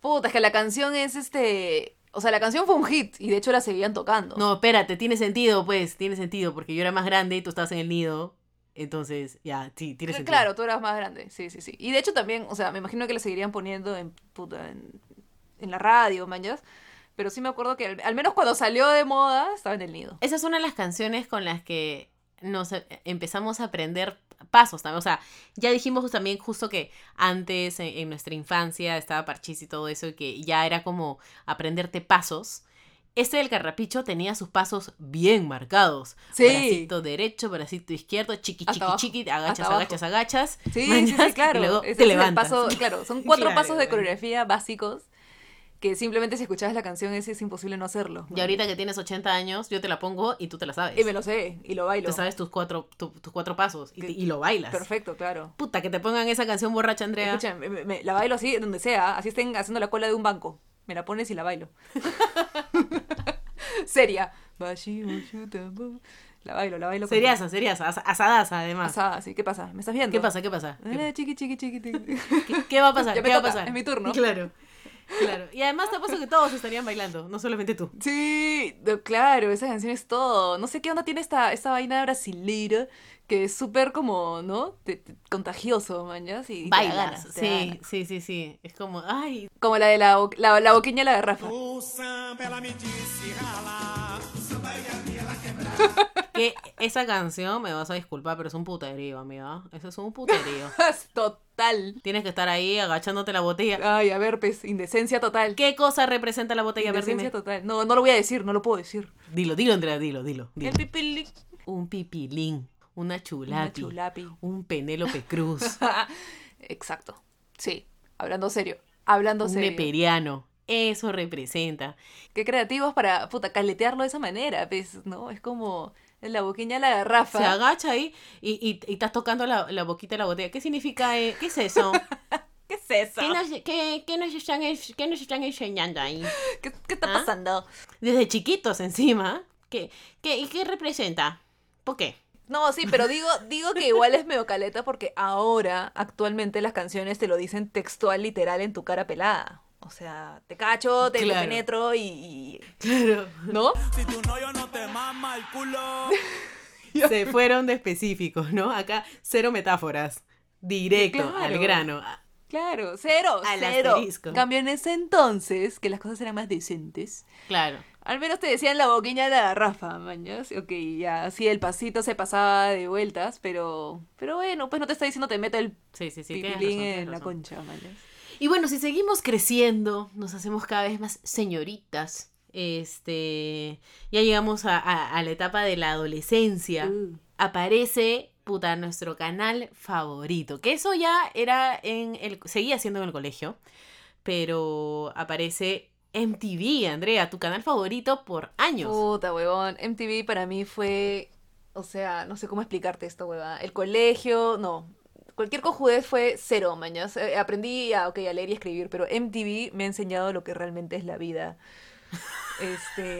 [SPEAKER 4] puta, es que la canción es este... O sea, la canción fue un hit, y de hecho la seguían tocando.
[SPEAKER 3] No, espérate, tiene sentido, pues, tiene sentido, porque yo era más grande y tú estabas en el nido. Entonces, ya, sí, tiene
[SPEAKER 4] Cl-
[SPEAKER 3] sentido.
[SPEAKER 4] Claro, tú eras más grande, sí, sí, sí. Y de hecho también, o sea, me imagino que le seguirían poniendo en, puta, en, en la radio, manjas. Pero sí me acuerdo que al, al menos cuando salió de moda estaba en el nido.
[SPEAKER 3] Esa es una de las canciones con las que nos eh, empezamos a aprender pasos también. O sea, ya dijimos pues, también justo que antes, en, en nuestra infancia, estaba Parchís y todo eso, y que ya era como aprenderte pasos. Este del carrapicho tenía sus pasos bien marcados.
[SPEAKER 4] Sí.
[SPEAKER 3] Bracito derecho, bracito izquierdo, chiqui,
[SPEAKER 4] Hasta
[SPEAKER 3] chiqui,
[SPEAKER 4] abajo,
[SPEAKER 3] chiqui,
[SPEAKER 4] hasta
[SPEAKER 3] agachas,
[SPEAKER 4] abajo.
[SPEAKER 3] agachas, agachas.
[SPEAKER 4] Sí, sí,
[SPEAKER 3] Mañas,
[SPEAKER 4] sí,
[SPEAKER 3] y
[SPEAKER 4] claro.
[SPEAKER 3] luego
[SPEAKER 4] Ese es
[SPEAKER 3] te
[SPEAKER 4] el
[SPEAKER 3] levantas.
[SPEAKER 4] paso- claro, son cuatro
[SPEAKER 3] Claro,
[SPEAKER 4] pasos de
[SPEAKER 3] bueno.
[SPEAKER 4] coreografía básicos que simplemente si escuchabas la canción ese es imposible no hacerlo.
[SPEAKER 3] Y ahorita que tienes 80 años, yo te la pongo y tú te la sabes.
[SPEAKER 4] Y me lo sé, y lo bailo.
[SPEAKER 3] Te sabes tus cuatro, tu- tus cuatro pasos y,
[SPEAKER 4] Que-
[SPEAKER 3] te- y lo bailas.
[SPEAKER 4] Perfecto, claro.
[SPEAKER 3] Puta, que te pongan esa canción borracha, Andrea.
[SPEAKER 4] Escucha, me- me- me- la bailo así, donde sea, así estén haciendo la cola de un banco. Me la pones y la bailo. Seria. Bashi, bashu, tambo. La bailo, la bailo. con-
[SPEAKER 3] Seriasa, seriasa, as- asadaza además.
[SPEAKER 4] Asada, así. ¿Qué pasa? ¿Me estás viendo?
[SPEAKER 3] ¿Qué pasa? ¿Qué pasa? ¿Qué
[SPEAKER 4] Hola, chiqui, chiqui, chiqui, chiqui.
[SPEAKER 3] ¿Qué, qué va a pasar?
[SPEAKER 4] Eh, Ya me
[SPEAKER 3] ¿Qué va a
[SPEAKER 4] toca,
[SPEAKER 3] pasar?
[SPEAKER 4] es mi turno.
[SPEAKER 3] Claro. Claro. Y además te apuesto que todos estarían bailando, no solamente tú.
[SPEAKER 4] Sí, no, claro, esa canción es todo. No sé qué onda tiene esta, esta vaina brasilera que es súper como, ¿no? Te- te- contagioso, mañas. Y te da
[SPEAKER 3] Bailas.
[SPEAKER 4] ganas, te da
[SPEAKER 3] Sí,
[SPEAKER 4] ganas.
[SPEAKER 3] sí, sí, sí. Es como, ay,
[SPEAKER 4] Como la de la, bo- la, la boquilla y la garrafa.
[SPEAKER 8] O samba, ela me disse ralar. O samba e a minha ela quebrar.
[SPEAKER 3] que esa canción, me vas a disculpar, pero es un puterío, amiga. Eso es un puterío.
[SPEAKER 4] Total.
[SPEAKER 3] Tienes que estar ahí agachándote la botella.
[SPEAKER 4] Ay, a ver, pues, indecencia total.
[SPEAKER 3] ¿Qué cosa representa la botella? A ver,
[SPEAKER 4] Indecencia
[SPEAKER 3] dime.
[SPEAKER 4] total. No, no lo voy a decir, no lo puedo decir.
[SPEAKER 3] Dilo, dilo, Andrea, dilo, dilo. dilo.
[SPEAKER 4] pipilín.
[SPEAKER 3] Un pipilín, una
[SPEAKER 4] Una
[SPEAKER 3] chulapi,
[SPEAKER 4] chulapi.
[SPEAKER 3] un Penélope Cruz,
[SPEAKER 4] Exacto. Sí, hablando serio. Hablando
[SPEAKER 3] un
[SPEAKER 4] serio.
[SPEAKER 3] neperiano. Eso representa.
[SPEAKER 4] Qué creativos para, puta, caletearlo de esa manera, pues, ¿no? Es como la boquilla a la garrafa.
[SPEAKER 3] Se agacha ahí y, y- y estás tocando la, la boquita de la botella. ¿Qué significa? eh? ¿Qué es eso?
[SPEAKER 4] ¿Qué es eso?
[SPEAKER 5] ¿Qué nos, qué, qué nos están, ens- qué nos están enseñando ahí?
[SPEAKER 4] ¿Qué, qué está
[SPEAKER 3] ¿Ah?
[SPEAKER 4] pasando?
[SPEAKER 3] Desde chiquitos encima. ¿Qué, qué, y qué representa? ¿Por qué?
[SPEAKER 4] No, sí, pero digo, digo que igual es medio caleta porque ahora, actualmente, las canciones te lo dicen textual, literal, en tu cara pelada. O sea, te cacho, te, te
[SPEAKER 3] Claro.
[SPEAKER 4] penetro y- y...
[SPEAKER 3] Claro.
[SPEAKER 4] ¿No?
[SPEAKER 8] Se tu novio no te mama el culo.
[SPEAKER 3] Se fueron de específicos, ¿no? Acá cero metáforas. Directo, al
[SPEAKER 4] Claro.
[SPEAKER 3] grano. Ah,
[SPEAKER 4] Claro, cero,
[SPEAKER 3] Al
[SPEAKER 4] cero.
[SPEAKER 3] asterisco.
[SPEAKER 4] Cambio en ese entonces, que las cosas eran más decentes.
[SPEAKER 3] Claro.
[SPEAKER 4] Al menos te decían la boquilla de la garrafa, mañas. Ok, ya, sí, el pasito se pasaba de vueltas, pero pero bueno, pues no te está diciendo te meta el
[SPEAKER 3] Sí, sí, sí. tienes razón,
[SPEAKER 4] pipilín
[SPEAKER 3] tienes
[SPEAKER 4] en la
[SPEAKER 3] razón.
[SPEAKER 4] concha, mañas.
[SPEAKER 3] Y bueno, si seguimos creciendo, nos hacemos cada vez más señoritas. Este, ya llegamos a, a- a la etapa de la adolescencia.
[SPEAKER 4] Uh.
[SPEAKER 3] Aparece, puta, nuestro canal favorito. Que eso ya era en el. seguía siendo en el colegio. Pero aparece
[SPEAKER 4] Oh.
[SPEAKER 3] MTV, Andrea, tu canal favorito por años.
[SPEAKER 4] Puta, huevón. MTV para mí fue O sea, no sé cómo explicarte esta huevada. El colegio, no. Cualquier cojudez fue cero, mañas. Eh, aprendí a, ok, a leer y escribir, pero MTV me ha enseñado lo que realmente es la vida. Este,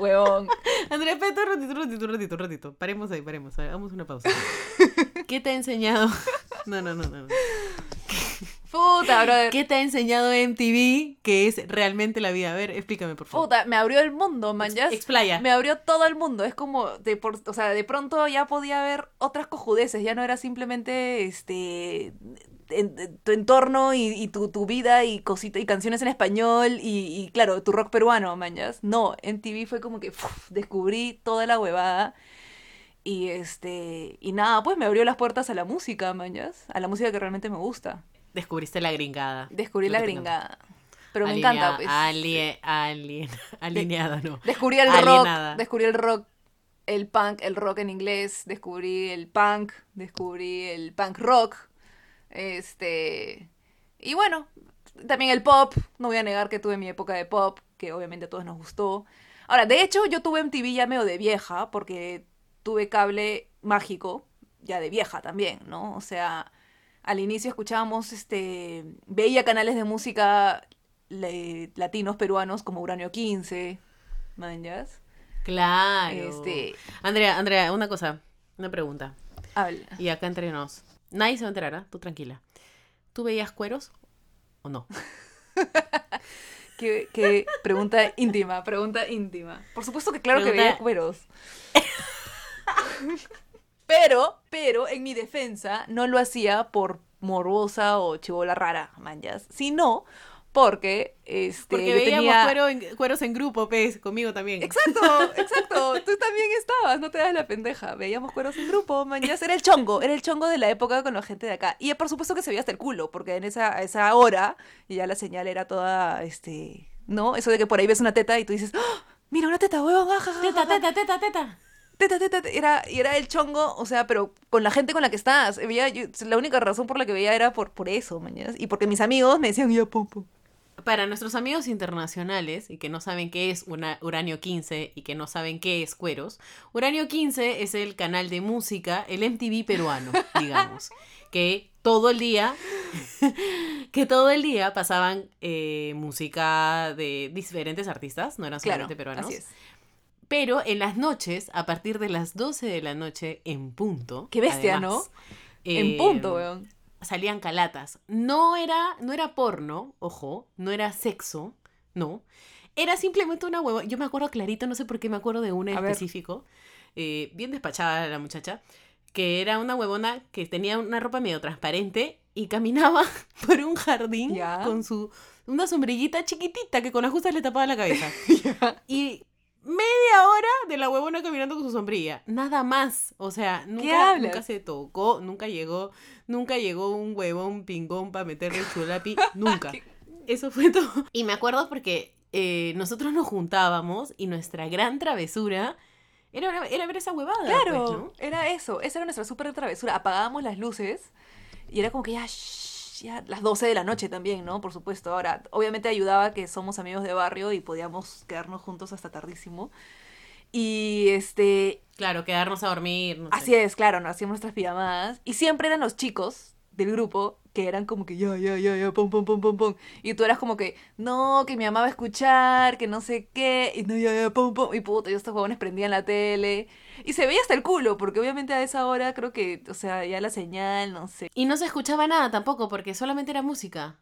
[SPEAKER 4] huevón.
[SPEAKER 3] Andrea, espérate un ratito, un ratito, un ratito, un ratito. Paremos ahí, paremos. Hagamos una pausa. ¿Qué te ha enseñado? No, no, no, no. no.
[SPEAKER 4] Puta, brother.
[SPEAKER 3] ¿Qué te ha enseñado MTV que es realmente la vida? A ver, explícame, por favor.
[SPEAKER 4] Puta, me abrió el mundo, mañas.
[SPEAKER 3] Explaya.
[SPEAKER 4] Me abrió todo el mundo. Es como, de por- o sea, de pronto ya podía ver otras cojudeces. Ya no era simplemente este en- en tu entorno y, y tu, tu vida y cositas y canciones en español y, y, claro, tu rock peruano, mañas. No, en TV fue como que ¡fuf! descubrí toda la huevada. Y este y nada, pues me abrió las puertas a la música, mañas, a la música que realmente me gusta.
[SPEAKER 3] Descubriste la gringada.
[SPEAKER 4] Descubrí
[SPEAKER 3] Lo
[SPEAKER 4] la
[SPEAKER 3] que tengamos.
[SPEAKER 4] gringada. Pero me
[SPEAKER 3] Alinea-
[SPEAKER 4] encanta, pues.
[SPEAKER 3] alie- alien- alineada, no.
[SPEAKER 4] Descubrí el
[SPEAKER 3] Alienada.
[SPEAKER 4] rock, descubrí el rock, el punk, el rock en inglés, descubrí el punk, descubrí el punk rock, este, y bueno, también el pop, no voy a negar que tuve mi época de pop, que obviamente a todos nos gustó. Ahora, de hecho, yo tuve MTV ya medio de vieja, porque tuve cable mágico, ya de vieja también, ¿no? O sea, al inicio escuchábamos, este, veía canales de música le- latinos peruanos como Uranio 15, manjas.
[SPEAKER 3] Claro.
[SPEAKER 4] Este,
[SPEAKER 3] Andrea, Andrea, una cosa, una pregunta.
[SPEAKER 4] habla.
[SPEAKER 3] Y acá entre nos. Nadie se va a enterar, ¿ah? tú tranquila. ¿Tú veías cueros o no?
[SPEAKER 4] Qué, qué pregunta íntima, pregunta íntima. Por supuesto que claro
[SPEAKER 3] Pregunta-
[SPEAKER 4] que veía cueros. pero, pero, en mi defensa, no lo hacía por morbosa o chivola rara, manjas, sino porque, este,
[SPEAKER 3] Porque
[SPEAKER 4] yo
[SPEAKER 3] veíamos
[SPEAKER 4] tenía-
[SPEAKER 3] cuero en- cueros en grupo, pez, conmigo también.
[SPEAKER 4] Exacto, exacto. Tú también estabas, no te das la pendeja. Veíamos cueros en grupo, mañas. Era el chongo, era el chongo de la época con la gente de acá. Y por supuesto que se veía hasta el culo, porque en esa, a esa hora ya la señal era toda, este, ¿no? Eso de que por ahí ves una teta y tú dices, ¡Ah! mira una teta, huevón, ah, ja, ja, ja,
[SPEAKER 3] Teta,
[SPEAKER 4] ja".
[SPEAKER 3] teta, teta, teta.
[SPEAKER 4] Teta, teta, teta. Era, y era el chongo, o sea, pero con la gente con la que estás. Veía- yo- la única razón por la que veía era por, por eso, mañas. Y porque mis amigos me decían, ya, pum, pum.
[SPEAKER 3] Para nuestros amigos internacionales y que no saben qué es una- Uranio 15 y que no saben qué es Cueros, Uranio 15 es el canal de música, el MTV peruano, digamos, que todo el día, que todo el día pasaban eh, música de diferentes artistas, no eran
[SPEAKER 4] Claro,
[SPEAKER 3] solamente peruanos,
[SPEAKER 4] así es.
[SPEAKER 3] pero en las noches, a partir de las 12 de la noche, en punto.
[SPEAKER 4] Qué bestia,
[SPEAKER 3] ¿no? Eh,
[SPEAKER 4] en punto, weón.
[SPEAKER 3] salían calatas. No era, no era porno, ojo, no era sexo, no. Era simplemente una hueva. Yo me acuerdo clarito, no sé por qué me acuerdo de una en
[SPEAKER 4] A ver.
[SPEAKER 3] específico. eh, bien despachada la muchacha, que era una huevona que tenía una ropa medio transparente y caminaba por un jardín
[SPEAKER 4] Ya.
[SPEAKER 3] con su una sombrillita chiquitita que con las justas le tapaba la cabeza. Y media hora de la huevona caminando con su sombrilla. Nada más. O sea, nunca,
[SPEAKER 4] hablas?
[SPEAKER 3] nunca se tocó, nunca llegó, nunca llegó un huevón pingón para meterle el chulapi. Nunca. Eso fue todo. Y me acuerdo porque eh, nosotros nos juntábamos y nuestra gran travesura era, ver- era ver esa huevada.
[SPEAKER 4] Claro,
[SPEAKER 3] pues, ¿no?
[SPEAKER 4] era eso, esa era nuestra súper travesura. Apagábamos las luces y era como que ya, shh, ya las 12 de la noche también, ¿no? Por supuesto. Ahora, obviamente ayudaba que somos amigos de barrio y podíamos quedarnos juntos hasta tardísimo. Y este,
[SPEAKER 3] Claro, quedarnos a dormir. No sé.
[SPEAKER 4] así es, claro, nos hacíamos nuestras pijamadas y siempre eran los chicos del grupo que eran como que ya, ya, ya, ya, pum, pum, pum, pum, pum. Y tú eras como que, no, que mi mamá va a escuchar, que no sé qué, y no, ya, ya, pum, pum. Y puta, y estos huevones prendían la tele. Y se veía hasta el culo, porque obviamente a esa hora creo que, o sea, ya la señal, no sé.
[SPEAKER 3] Y no se escuchaba nada tampoco porque solamente era música.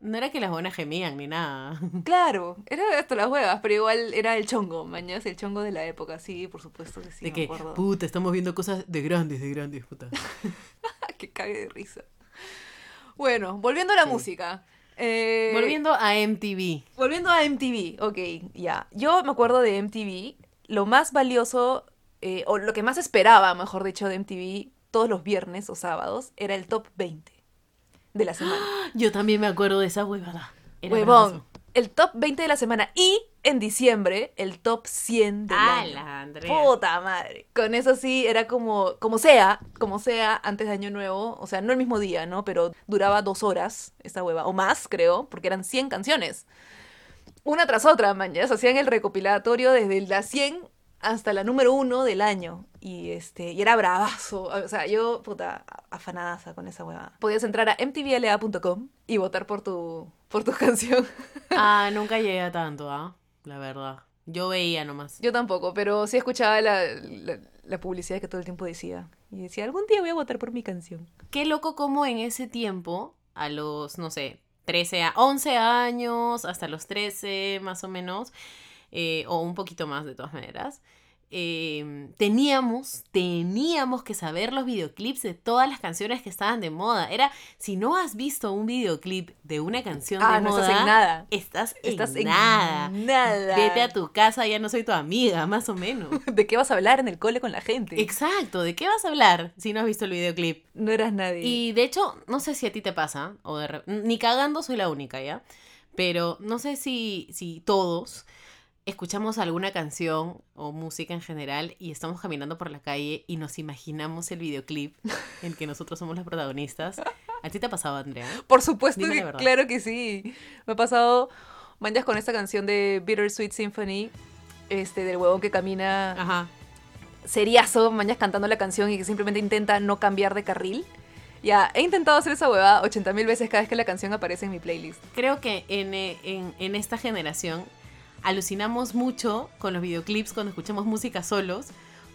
[SPEAKER 3] No era que las buenas gemían ni nada.
[SPEAKER 4] Claro, era hasta las huevas, pero igual era el chongo, mañas, el chongo de la época, sí, por supuesto que sí,
[SPEAKER 3] de
[SPEAKER 4] me
[SPEAKER 3] que,
[SPEAKER 4] acuerdo.
[SPEAKER 3] puta, estamos viendo cosas de grandes, de grandes, puta.
[SPEAKER 4] Ah, que cague de risa. Bueno, volviendo a la música. Eh,
[SPEAKER 3] Volviendo a MTV.
[SPEAKER 4] Volviendo a MTV, ok, ya. Yo me acuerdo de MTV, lo más valioso, eh, o lo que más esperaba, mejor dicho, de MTV todos los viernes o sábados, era el top 20 de la semana.
[SPEAKER 3] Yo también me acuerdo de esa huevada. Era
[SPEAKER 4] Huevón,
[SPEAKER 3] bravazo.
[SPEAKER 4] el top 20 de la semana y en diciembre el top 100 del año.
[SPEAKER 3] ¡Hala, Andrea!
[SPEAKER 4] Puta madre. Con eso sí, era como, como sea, como sea, antes de Año Nuevo, o sea, no el mismo día, ¿no? Pero duraba dos horas esta hueva, o más, creo, porque eran 100 canciones. Una tras otra, man, ya se hacían el recopilatorio desde la 100 hasta la número uno del año. Y, este, y era bravazo. O sea, yo, puta, afanadaza con esa huevada. Podías entrar a mtvla.com y votar por tu, por tu canción.
[SPEAKER 3] Ah, nunca llegué a tanto, ¿ah? La verdad. Yo veía nomás.
[SPEAKER 4] Yo tampoco, pero sí escuchaba la, la, la publicidad que todo el tiempo decía. Y decía, algún día voy a votar por mi canción.
[SPEAKER 3] Qué loco como en ese tiempo, a los, no sé, 13, a 11 años, hasta los 13 más o menos, eh, o un poquito más de todas maneras, eh, teníamos, teníamos que saber los videoclips de todas las canciones que estaban de moda. Era, si no has visto un videoclip de una canción
[SPEAKER 4] Ah,
[SPEAKER 3] de
[SPEAKER 4] no
[SPEAKER 3] moda,
[SPEAKER 4] estás en nada.
[SPEAKER 3] estás en
[SPEAKER 4] Estás en
[SPEAKER 3] nada.
[SPEAKER 4] nada.
[SPEAKER 3] Vete a tu casa, ya no soy tu amiga, más o menos.
[SPEAKER 4] ¿De qué vas a hablar en el cole con la gente?
[SPEAKER 3] Exacto, ¿de qué vas a hablar si no has visto el videoclip?
[SPEAKER 4] no eras nadie.
[SPEAKER 3] Y de hecho, no sé si a ti te pasa, o de re- ni cagando soy la única, ¿ya? Pero no sé si, si todos escuchamos alguna canción o música en general y estamos caminando por la calle y nos imaginamos el videoclip en que nosotros somos las protagonistas. ¿A ti te ha pasado, Andrea?
[SPEAKER 4] Por supuesto
[SPEAKER 3] Dime
[SPEAKER 4] que,
[SPEAKER 3] la verdad.
[SPEAKER 4] claro que sí. Me ha pasado manchas con esta canción de Bittersweet Symphony, este, del huevón que camina
[SPEAKER 3] Ajá.
[SPEAKER 4] seriazo, manchas cantando la canción y que simplemente intenta no cambiar de carril. Ya, he intentado hacer esa huevada 80.000 veces cada vez que la canción aparece en mi playlist.
[SPEAKER 3] Creo que en, eh, en- en esta generación alucinamos mucho con los videoclips cuando escuchamos música solos,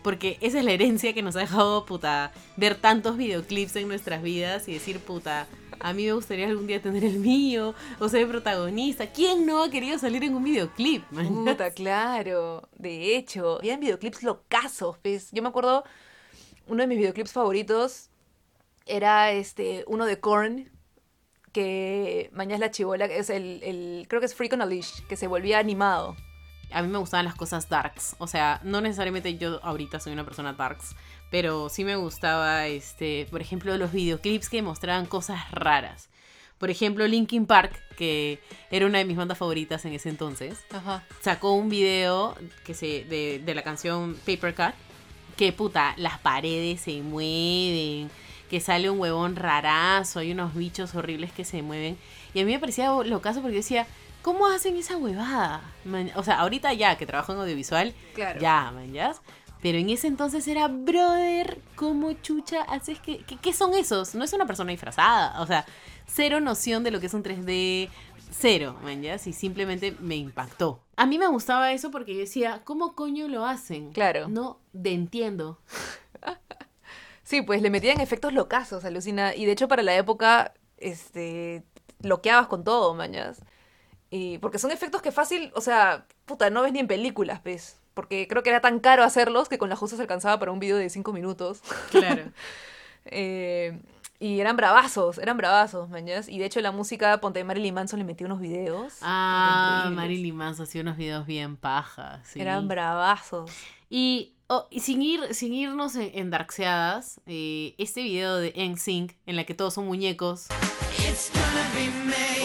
[SPEAKER 3] porque esa es la herencia que nos ha dejado, puta, ver tantos videoclips en nuestras vidas y decir, puta, a mí me gustaría algún día tener el mío o ser protagonista. ¿Quién no ha querido salir en un videoclip?
[SPEAKER 4] Puta, claro. De hecho, habían videoclips locazos, pues. Yo me acuerdo, uno de mis videoclips favoritos era este, uno de Korn, que Mañas la Chibola, que es el, el- creo que es Freak on a Leash, que se volvía animado.
[SPEAKER 3] A mí me gustaban las cosas darks, o sea, no necesariamente yo ahorita soy una persona darks, pero sí me gustaba, este, por ejemplo, los videoclips que mostraban cosas raras. Por ejemplo, Linkin Park, que era una de mis bandas favoritas en ese entonces,
[SPEAKER 4] Ajá.
[SPEAKER 3] sacó un video que se, de, de la canción Paper Cut, que puta, las paredes se mueven, que sale un huevón rarazo, hay unos bichos horribles que se mueven. Y a mí me parecía locazo porque yo decía, ¿cómo hacen esa huevada? Man- o sea, ahorita ya que trabajo en audiovisual,
[SPEAKER 4] Claro.
[SPEAKER 3] ya, man, ya. Pero en ese entonces era, brother, ¿cómo chucha haces que, que- ¿Qué son esos? No es una persona disfrazada, o sea, cero noción de lo que es un 3D, cero, man, ya. Y simplemente me impactó. A mí me gustaba eso porque yo decía, ¿cómo coño lo hacen?
[SPEAKER 4] Claro.
[SPEAKER 3] No, de entiendo.
[SPEAKER 4] Sí, pues le metían efectos locazos, alucina. Y de hecho, para la época, este, loqueabas con todo, Mañas. Y porque son efectos que fácil, o sea, puta, no ves ni en películas, pues. Porque creo que era tan caro hacerlos que con las justas alcanzaba para un video de 5 minutos.
[SPEAKER 3] Claro.
[SPEAKER 4] Eh, y eran bravazos, eran bravazos, mañas. Y de hecho la música, ponte Marilyn Manson le metió unos videos.
[SPEAKER 3] Ah,
[SPEAKER 4] increíbles.
[SPEAKER 3] Marilyn Manson hacía unos videos bien pajas. sí.
[SPEAKER 4] Eran bravazos.
[SPEAKER 3] Y, oh, y sin, ir, sin irnos en, en darkseadas, eh, este video de NSYNC, en la que todos son muñecos,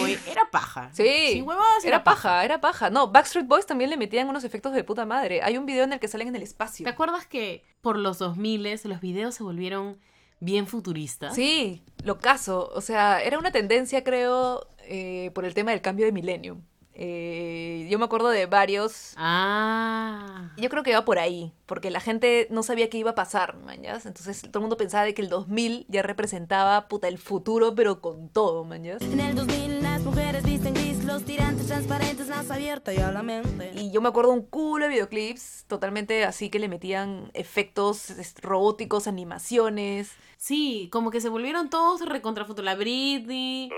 [SPEAKER 3] oye, era paja.
[SPEAKER 4] Sí.
[SPEAKER 3] Sin huevadas,
[SPEAKER 4] Era paja, era paja. No, Backstreet Boys también le metían unos efectos de puta madre. Hay un video en el que salen en el espacio.
[SPEAKER 3] ¿Te acuerdas que por los 2000 los videos se volvieron bien futuristas?
[SPEAKER 4] Sí, lo caso. O sea, era una tendencia, creo, eh, por el tema del cambio de milenio. Eh, yo me acuerdo de varios.
[SPEAKER 3] Ah.
[SPEAKER 4] Yo creo que iba por ahí, porque la gente no sabía qué iba a pasar, mañas. Entonces todo el mundo pensaba de que el 2000 ya representaba, puta, el futuro, pero con todo, mañas.
[SPEAKER 7] En el 2000 las mujeres visten gris, los tirantes transparentes, más abierta y a la mente.
[SPEAKER 4] Y yo me acuerdo un culo de videoclips totalmente así que le metían efectos es- robóticos, animaciones.
[SPEAKER 3] Sí, como que se volvieron todos recontrafoto. La Britney.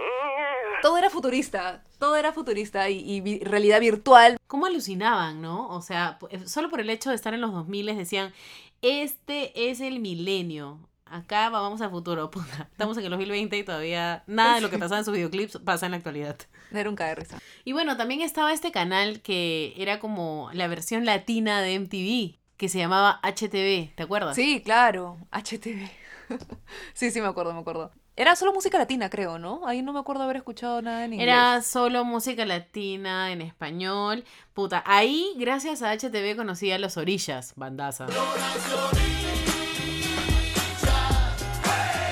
[SPEAKER 4] Todo era futurista, todo era futurista y, y vi- realidad virtual.
[SPEAKER 3] ¿Cómo alucinaban, no? O sea, po- eh, solo por el hecho de estar en los 2000 decían, este es el milenio. Acá va- vamos al futuro. Puta, Estamos en el 2020 y todavía nada de lo que pasaba en sus videoclips pasa en la actualidad.
[SPEAKER 4] Era un caer de risa.
[SPEAKER 3] Y bueno, también estaba este canal que era como la versión latina de MTV, que se llamaba HTV, ¿te acuerdas?
[SPEAKER 4] Sí, claro, HTV. sí, sí, me acuerdo, me acuerdo. Era solo música latina, creo, ¿no? Ahí no me acuerdo haber escuchado nada en inglés.
[SPEAKER 3] Era solo música latina en español. Puta, ahí gracias a HTV conocí a Los Orillas, bandaza.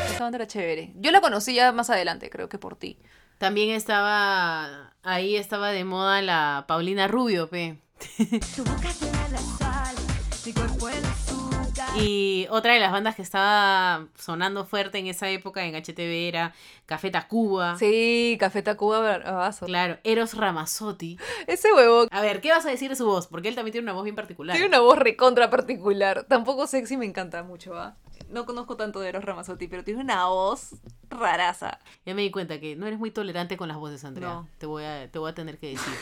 [SPEAKER 4] Esa banda era chévere. Yo la conocí ya más adelante, creo que por ti.
[SPEAKER 3] También estaba, ahí estaba de moda la Paulina Rubio, pe.
[SPEAKER 7] Tu boca tiene el asfalto,
[SPEAKER 3] Y otra de las bandas que estaba sonando fuerte en esa época en HTV era Café Tacuba.
[SPEAKER 4] Sí, Café Tacuba bravazo.
[SPEAKER 3] Claro, Eros Ramazzotti.
[SPEAKER 4] Ese huevo
[SPEAKER 3] A ver, ¿qué vas a decir de su voz? Porque él también tiene una voz bien particular.
[SPEAKER 4] tiene una voz recontra particular. Tampoco sexy me encanta mucho, ¿ah?
[SPEAKER 10] No conozco tanto de Eros Ramazzotti, pero tiene una voz raraza.
[SPEAKER 3] Ya me di cuenta que no eres muy tolerante con las voces, Andrea.
[SPEAKER 10] No.
[SPEAKER 3] Te, voy a, te voy a tener que decir.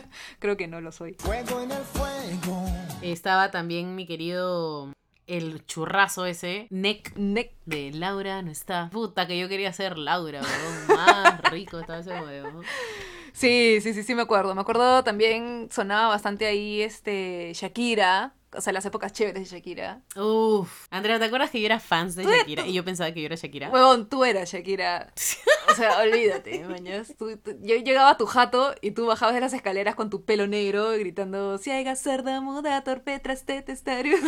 [SPEAKER 10] Creo que no lo soy.
[SPEAKER 8] Fuego en el fuego.
[SPEAKER 3] Estaba también mi querido el churrazo ese, Neck
[SPEAKER 4] Nec-
[SPEAKER 3] de Laura no está. Puta que yo quería ser Laura, weón. Más rico estaba ese huevo.
[SPEAKER 4] Sí, sí, sí, sí, me acuerdo. Me acuerdo también sonaba bastante ahí este Shakira. O sea, las épocas chéveres de Shakira.
[SPEAKER 3] Uf. Andrea, ¿te acuerdas que yo era fans de Shakira? Y yo pensaba que yo era Shakira.
[SPEAKER 4] Huevón, tú eras Shakira. O sea, olvídate, mañas. Tú- tú- yo llegaba a tu jato y tú bajabas de las escaleras con tu pelo negro gritando: Si hay cerda, muda, torpe, traste, testario.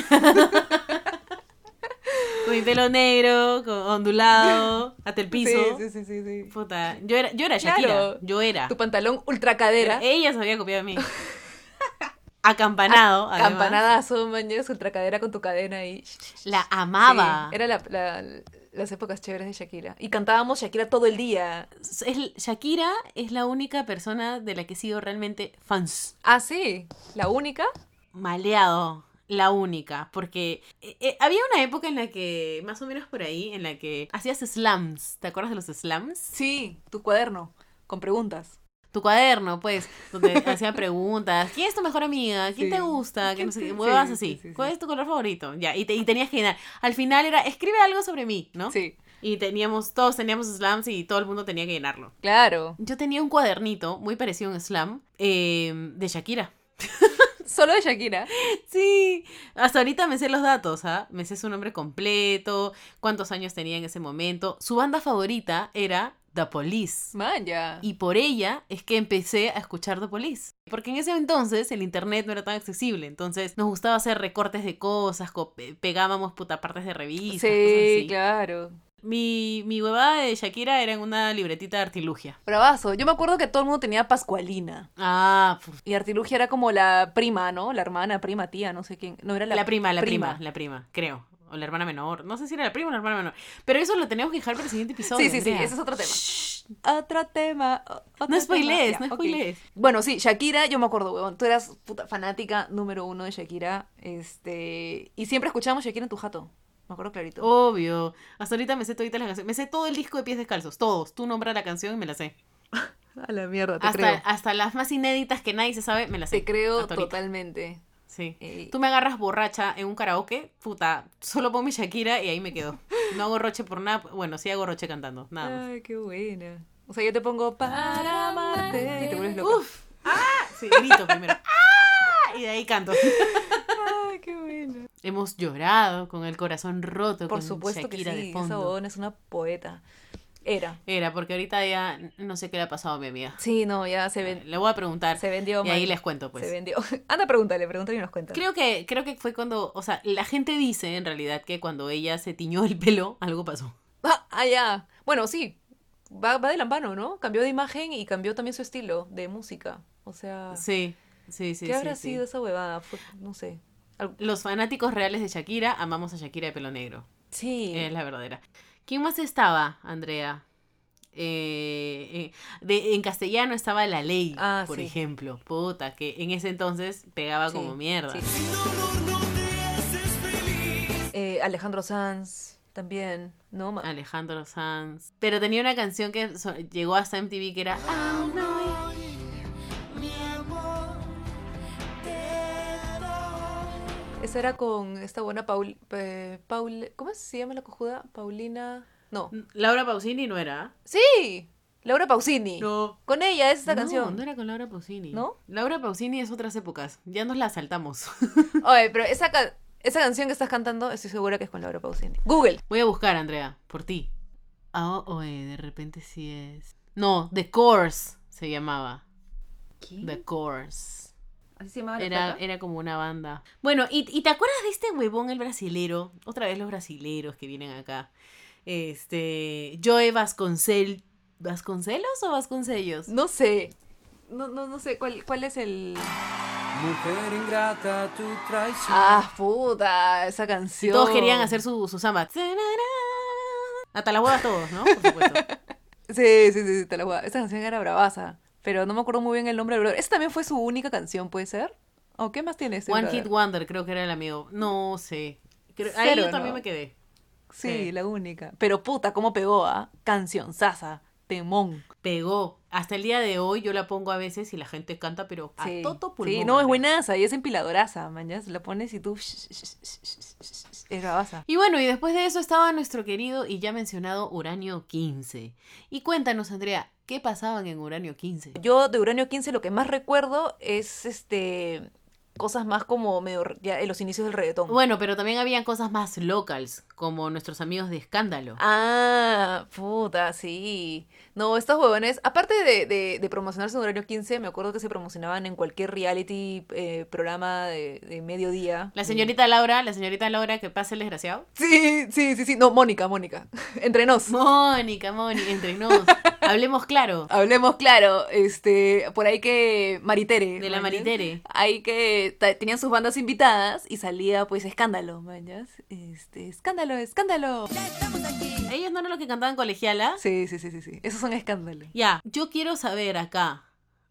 [SPEAKER 3] Con mi pelo negro, con ondulado, hasta el piso.
[SPEAKER 4] Sí, sí, sí, sí. sí.
[SPEAKER 3] Puta, yo era, yo era Shakira.
[SPEAKER 4] Claro.
[SPEAKER 3] Yo era.
[SPEAKER 4] Tu pantalón ultracadera.
[SPEAKER 3] Ella se había copiado a mí. Acampanado. además.
[SPEAKER 4] Campanadazo, mañas, ultracadera con tu cadena ahí.
[SPEAKER 3] La amaba.
[SPEAKER 4] Sí, era la- la- las épocas chéveres de Shakira. Y cantábamos Shakira todo el día.
[SPEAKER 3] Es- Shakira es la única persona de la que he sido realmente fans.
[SPEAKER 4] Ah, sí. La única.
[SPEAKER 3] Maleado. La única. Porque eh, eh, había una época en la que, más o menos por ahí, en la que hacías slams. ¿Te acuerdas de los slams?
[SPEAKER 4] Sí, tu cuaderno.
[SPEAKER 10] Con preguntas.
[SPEAKER 3] Tu cuaderno, pues, donde hacía preguntas. ¿Quién es tu mejor amiga? ¿Quién
[SPEAKER 4] Sí.
[SPEAKER 3] te gusta? Que no sé qué,
[SPEAKER 4] Sí,
[SPEAKER 3] huevas
[SPEAKER 4] sí,
[SPEAKER 3] así.
[SPEAKER 4] sí, sí.
[SPEAKER 3] ¿Cuál es tu color favorito? Ya, y, te- y tenías que llenar. Al final era, escribe algo sobre mí, ¿no?
[SPEAKER 4] Sí.
[SPEAKER 3] Y teníamos, todos teníamos slams y todo el mundo tenía que llenarlo.
[SPEAKER 4] Claro.
[SPEAKER 3] Yo tenía un cuadernito muy parecido a un slam eh, de Shakira.
[SPEAKER 4] Solo de Shakira.
[SPEAKER 3] Sí, hasta ahorita me sé los datos, ¿ah? Me sé su nombre completo, cuántos años tenía en ese momento. Su banda favorita era The Police.
[SPEAKER 4] Manja.
[SPEAKER 3] Y por ella es que empecé a escuchar The Police. Porque en ese entonces el internet no era tan accesible. Entonces nos gustaba hacer recortes de cosas, co- pe- pegábamos puta partes de
[SPEAKER 4] Sí,
[SPEAKER 3] revistas. cosas así.
[SPEAKER 4] claro.
[SPEAKER 3] Mi, mi huevada de Shakira era en una libretita de artilugia.
[SPEAKER 4] Bravazo. Yo me acuerdo que todo el mundo tenía Pascualina.
[SPEAKER 3] Ah, fu-
[SPEAKER 4] Y Artilugia era como la prima, ¿no? La hermana, prima, tía, no sé quién. No, era la,
[SPEAKER 3] La, prima, la prima. la prima, creo. O la hermana menor. No sé si era la prima o la hermana menor. Pero eso lo tenemos que dejar para el siguiente episodio.
[SPEAKER 4] Sí, sí, sí,
[SPEAKER 3] Andrea.
[SPEAKER 4] ese es otro tema.
[SPEAKER 3] Shh.
[SPEAKER 4] Otro tema. o- otro
[SPEAKER 3] No
[SPEAKER 4] tema.
[SPEAKER 3] spoilees,
[SPEAKER 4] Ya,
[SPEAKER 3] no
[SPEAKER 4] ok.
[SPEAKER 3] spoilees.
[SPEAKER 4] Bueno, sí, Shakira, yo me acuerdo, huevón. Tú eras puta fanática número uno de Shakira. Este. Y siempre escuchábamos Shakira en tu jato. Me acuerdo clarito.
[SPEAKER 3] Obvio. Hasta ahorita me sé toditas las canciones. Me sé todo el disco de pies descalzos. Todos. Tú nombra la canción y me la sé. Oh,
[SPEAKER 4] a la mierda, te
[SPEAKER 3] Hasta,
[SPEAKER 4] creo.
[SPEAKER 3] hasta las más inéditas que nadie se sabe, me las sé.
[SPEAKER 4] Te creo
[SPEAKER 3] Hasta ahorita.
[SPEAKER 4] totalmente.
[SPEAKER 3] Sí.
[SPEAKER 4] Eh,
[SPEAKER 3] Tú me agarras borracha en un karaoke, puta, solo pongo mi Shakira y ahí me quedo. No hago roche por nada. Bueno, sí hago roche cantando, nada más.
[SPEAKER 4] Ay, qué buena. O sea, yo te pongo para amarte. Y te vuelves loca.
[SPEAKER 3] Ah, Uf. ¡Ah! Sí, grito primero. ¡Ah! Y de ahí canto.
[SPEAKER 4] Ay, qué buena.
[SPEAKER 3] Hemos llorado con el corazón roto
[SPEAKER 4] Por
[SPEAKER 3] con
[SPEAKER 4] supuesto que sí,
[SPEAKER 3] Shakira de
[SPEAKER 4] esa
[SPEAKER 3] fondo.
[SPEAKER 4] huevona es una poeta. Era.
[SPEAKER 3] Era porque ahorita ya no sé qué le ha pasado a mi amiga.
[SPEAKER 4] Sí, no, ya se, ven-
[SPEAKER 3] Le voy a preguntar.
[SPEAKER 4] se vendió.
[SPEAKER 3] y ahí
[SPEAKER 4] man.
[SPEAKER 3] les cuento pues.
[SPEAKER 4] Se vendió. Anda, pregúntale, pregúntale y nos cuenta.
[SPEAKER 3] Creo que creo que fue cuando, o sea, la gente dice en realidad que cuando ella se tiñó el pelo algo pasó.
[SPEAKER 4] Ah, ah, ya. Bueno, sí. Va, va de la mano, ¿no? Cambió de imagen y cambió también su estilo de música. O sea,
[SPEAKER 3] Sí. Sí, sí,
[SPEAKER 4] Ah. ¿qué
[SPEAKER 3] sí,
[SPEAKER 4] habrá
[SPEAKER 3] sí.
[SPEAKER 4] sido esa huevada? Fue- no sé. Al-
[SPEAKER 3] Los fanáticos reales de Shakira amamos a Shakira de pelo negro.
[SPEAKER 4] Sí.
[SPEAKER 3] Es Eh, la verdadera. ¿Quién más estaba, Andrea? Eh, eh, de- en castellano estaba la ley,
[SPEAKER 4] Ah,
[SPEAKER 3] por
[SPEAKER 4] sí.
[SPEAKER 3] ejemplo. Puta, que en ese entonces pegaba
[SPEAKER 4] Sí,
[SPEAKER 3] como mierda.
[SPEAKER 4] sí. Eh, Alejandro Sanz también, ¿no? Ma-
[SPEAKER 3] Alejandro Sanz. Pero tenía una canción que so- llegó hasta MTV que era "Ah, no".
[SPEAKER 4] Esa era con esta buena Paul, eh, Paul- ¿Cómo se llama la cojuda? Paulina. No.
[SPEAKER 3] Mm. Laura Pausini no era.
[SPEAKER 4] Sí. Laura Pausini.
[SPEAKER 3] No.
[SPEAKER 4] Con ella es esta
[SPEAKER 3] no,
[SPEAKER 4] canción.
[SPEAKER 3] No era con Laura Pausini.
[SPEAKER 4] ¿No?
[SPEAKER 3] Laura Pausini es otras épocas. Ya nos la saltamos.
[SPEAKER 4] Oye, pero esa, ca- esa canción que estás cantando, estoy segura que es con Laura Pausini. Google.
[SPEAKER 3] Voy a buscar, Andrea, por ti. Ah, oh, oye, de repente sí es. No, The Course se llamaba. The Course.
[SPEAKER 10] Así se llamaba la
[SPEAKER 3] Era,
[SPEAKER 10] flaca.
[SPEAKER 3] era como una banda. Bueno, ¿y, y te acuerdas de este huevón, el brasilero? Otra vez los brasileros que vienen acá. Este. Joe Vasconcel. ¿Vasconcelos o Vasconcellos?
[SPEAKER 4] No sé.
[SPEAKER 10] No, no, no sé cuál, cuál es el.
[SPEAKER 11] Mujer ingrata, tu traición.
[SPEAKER 4] Ah, puta, esa canción.
[SPEAKER 3] Todos querían hacer su, su samba. Hasta las huevas todos, ¿no? Por supuesto.
[SPEAKER 4] Sí, sí, sí, sí, te la voy a- Esa canción era bravaza, pero no me acuerdo muy bien el nombre del brother. ¿Esa también fue su única canción, puede ser? ¿O qué más tiene este
[SPEAKER 3] One
[SPEAKER 4] brother?
[SPEAKER 3] Hit Wonder, creo que era el amigo. No sé. Creo- ahí
[SPEAKER 4] Cero,
[SPEAKER 3] yo también
[SPEAKER 4] ¿no?
[SPEAKER 3] me quedé.
[SPEAKER 4] Sí,
[SPEAKER 3] Sí.
[SPEAKER 4] la única. Pero puta, cómo pegó, ¿ah? Canción, sasa, temón.
[SPEAKER 3] Pegó. Hasta el día de hoy yo la pongo a veces y la gente canta, pero a
[SPEAKER 4] Sí.
[SPEAKER 3] todo pulmón.
[SPEAKER 4] Sí, no, es
[SPEAKER 3] creo.
[SPEAKER 4] buenaza, y es empiladoraza, mañas. La pones y tú... Es bravaza.
[SPEAKER 3] Y bueno, y después de eso estaba nuestro querido y ya mencionado Uranio 15. Y cuéntanos, Andrea, ¿qué pasaban en Uranio 15?
[SPEAKER 4] Yo de Uranio 15 lo que más recuerdo es, este... Cosas más como medio... Ya en los inicios del reggaetón.
[SPEAKER 3] Bueno, pero también habían cosas más locals, como nuestros amigos de Escándalo.
[SPEAKER 4] Ah, puta, sí. No, estos huevones, aparte de, de, de promocionarse en horario 15, me acuerdo que se promocionaban en cualquier reality eh, programa de, de mediodía.
[SPEAKER 3] La señorita Laura, la señorita Laura, que pase el desgraciado.
[SPEAKER 4] Sí, sí, sí, sí. No, Mónica, Mónica. Entre nos.
[SPEAKER 3] Mónica, Mónica, entre nos. Hablemos claro.
[SPEAKER 4] Hablemos claro, este, por ahí que Maritere.
[SPEAKER 3] De la
[SPEAKER 4] ¿mañas?
[SPEAKER 3] Maritere.
[SPEAKER 4] Ahí que ta- tenían sus bandas invitadas y salía pues escándalo, mañas. Este, escándalo, escándalo.
[SPEAKER 3] Ellos no eran los que cantaban colegiala.
[SPEAKER 4] Sí, sí, sí, sí, sí. Esos son escándalos.
[SPEAKER 3] Ya, yo quiero saber acá.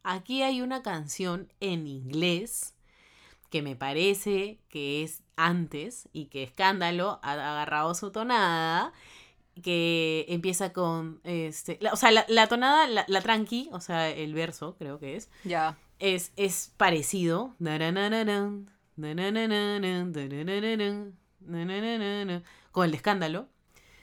[SPEAKER 3] Aquí hay una canción en inglés que me parece que es antes y que Escándalo ha agarrado su tonada que empieza con este, la- o sea, la, la tonada, la, la tranqui, o sea, el verso creo que es,
[SPEAKER 4] Ya.
[SPEAKER 3] es, es parecido. Narananaran, nanananaran, danananaran, nanananaran, Con el de Escándalo.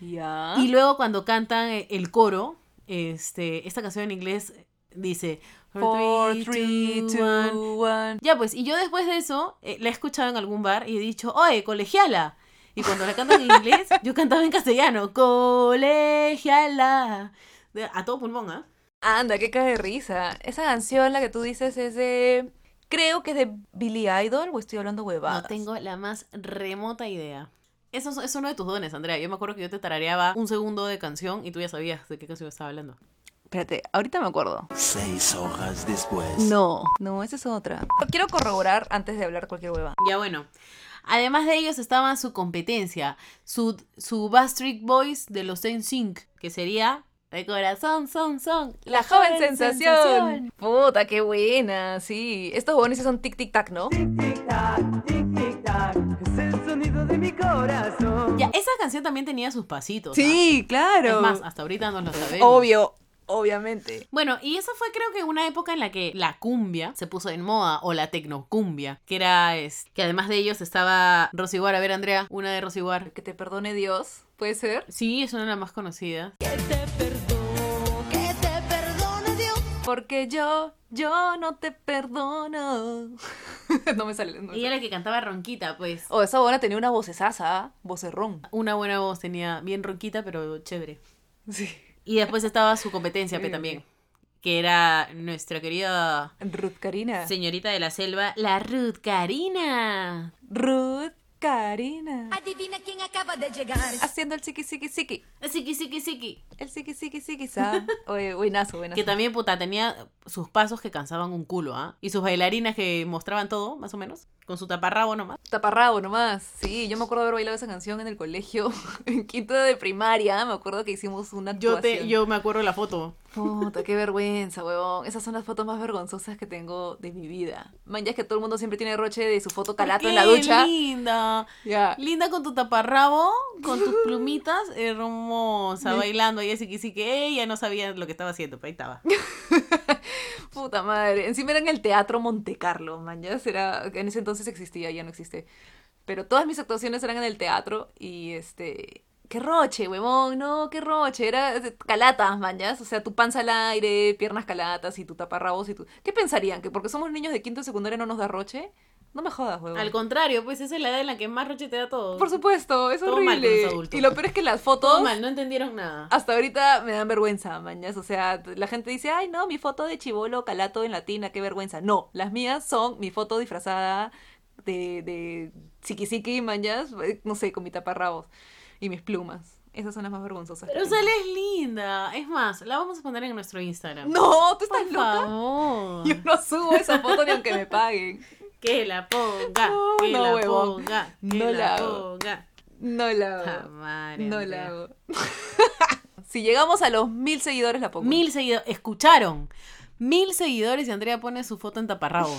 [SPEAKER 4] Ya.
[SPEAKER 3] Y luego cuando cantan eh, el coro, este, esta canción en inglés dice
[SPEAKER 4] Four,
[SPEAKER 3] "Four,
[SPEAKER 4] three,
[SPEAKER 3] three, two, one".
[SPEAKER 4] two, one.
[SPEAKER 3] Ya pues, y yo después de eso eh, la he escuchado en algún bar y he dicho, oye, colegiala. Y cuando la cantan en inglés, yo cantaba en castellano, colegiala. De- A todo pulmón, ¿ah?
[SPEAKER 4] Anda, qué cae de risa. Esa canción, la que tú dices, es de. Creo que es de Billy Idol o estoy hablando huevadas.
[SPEAKER 3] No tengo la más remota idea. Eso es- es uno de tus dones, Andrea. Yo me acuerdo que yo te tarareaba un segundo de canción y tú ya sabías de qué canción estaba hablando.
[SPEAKER 4] Espérate, ahorita me acuerdo.
[SPEAKER 11] Seis horas después.
[SPEAKER 4] No. No, esa es otra. Quiero corroborar antes de hablar cualquier hueva.
[SPEAKER 3] Ya bueno. Además de ellos estaba su competencia, su, su Backstreet Boys de los NSYNC, que sería De corazón, son, son.
[SPEAKER 4] La joven sensación. Puta, qué buena. Sí. Estos huevones sí son tic tic tac, ¿no?
[SPEAKER 3] Ya, esa canción también tenía sus pasitos.
[SPEAKER 4] Sí,
[SPEAKER 3] ¿ah?
[SPEAKER 4] claro.
[SPEAKER 3] Es más, hasta ahorita no lo sabemos.
[SPEAKER 4] Obvio, obviamente.
[SPEAKER 3] Bueno, y esa fue creo que una época en la que la cumbia se puso en moda, o la tecnocumbia, que era, es, que además de ellos estaba Rosiguar, a ver Andrea, una de Rosiguar.
[SPEAKER 4] Que te perdone Dios, puede ser.
[SPEAKER 3] Sí, es una de las más conocidas.
[SPEAKER 4] Porque yo, yo no te perdono. no me sale. no me
[SPEAKER 3] Y era la que cantaba Ronquita, pues.
[SPEAKER 4] Oh, esa buena tenía una vocesaza, vocerrón.
[SPEAKER 3] Una buena voz tenía, bien ronquita, pero chévere.
[SPEAKER 4] Sí.
[SPEAKER 3] Y después estaba su competencia pe, también, que era nuestra querida
[SPEAKER 4] Ruth Karina.
[SPEAKER 3] señorita de la selva, la Ruth Karina.
[SPEAKER 4] Ruth Karina.
[SPEAKER 12] Adivina quién acaba de llegar.
[SPEAKER 4] Haciendo el siki siki siki.
[SPEAKER 3] Siki, siki, siki.
[SPEAKER 4] El siki siki siki sa. Oye, buenazo, buenazo.
[SPEAKER 3] Que también, puta, tenía sus pasos que cansaban un culo, ¿ah? Y sus bailarinas que mostraban todo, más o menos, con su taparrabo nomás.
[SPEAKER 4] Taparrabo nomás. Sí, yo me acuerdo haber bailado esa canción en el colegio. En quinto de primaria. Me acuerdo que hicimos una
[SPEAKER 3] Yo, te,
[SPEAKER 4] actuación.
[SPEAKER 3] yo me acuerdo de la foto.
[SPEAKER 4] Puta, qué vergüenza, huevón. Esas son las fotos más vergonzosas que tengo de mi vida. Man, ya es que todo el mundo siempre tiene roche de su foto calato en la
[SPEAKER 3] ¡Qué
[SPEAKER 4] ducha.
[SPEAKER 3] linda!
[SPEAKER 4] Ya.
[SPEAKER 3] Linda con tu taparrabo, con tus plumitas, hermosa, bailando. Y así que sí que ella no sabía lo que estaba haciendo, pero ahí estaba.
[SPEAKER 4] Puta madre. Encima era en el Teatro Monte Carlo, man. Ya será. En ese entonces existía, ya no existe. Pero todas mis actuaciones eran en el teatro y este. ¡Qué roche, huevón! No, qué roche. Era eh, calatas, mañas. O sea, tu panza al aire, piernas calatas y tu taparrabos y tu. ¿Qué pensarían? ¿Que porque somos niños de quinto de secundaria no nos da roche? No me jodas, huevón.
[SPEAKER 3] Al contrario, pues esa es la edad en la que más roche te da todo.
[SPEAKER 4] Por supuesto, es
[SPEAKER 3] Todo mal con los
[SPEAKER 4] horrible.
[SPEAKER 3] adultos.
[SPEAKER 4] y lo peor es que las fotos.
[SPEAKER 3] Todo mal, no entendieron nada.
[SPEAKER 4] Hasta ahorita me dan vergüenza, mañas. O sea, la gente dice, ay, no, mi foto de chivolo calato en latina, qué vergüenza. No, las mías son mi foto disfrazada de, de psiquisiqui, mañas, eh, no sé, con mi taparrabos y mis plumas. Esas son las más vergonzosas. que
[SPEAKER 3] Pero
[SPEAKER 4] tengo.
[SPEAKER 3] sale es linda. Es más, la vamos a poner en nuestro Instagram.
[SPEAKER 4] No, tú
[SPEAKER 3] por
[SPEAKER 4] estás loca.
[SPEAKER 3] favor.
[SPEAKER 4] Yo no subo esa foto ni aunque me paguen.
[SPEAKER 3] Que la ponga,
[SPEAKER 11] No,
[SPEAKER 3] que
[SPEAKER 11] no,
[SPEAKER 3] la
[SPEAKER 11] huevón.
[SPEAKER 3] ponga, que
[SPEAKER 11] No
[SPEAKER 3] la,
[SPEAKER 11] la hago.
[SPEAKER 3] ponga.
[SPEAKER 11] No la hago.
[SPEAKER 3] Jamás,
[SPEAKER 11] no
[SPEAKER 3] Andrea.
[SPEAKER 11] la hago.
[SPEAKER 4] Si llegamos a los mil seguidores la pongo.
[SPEAKER 3] Mil seguidores, escucharon. Mil seguidores y Andrea pone su foto en taparrabo.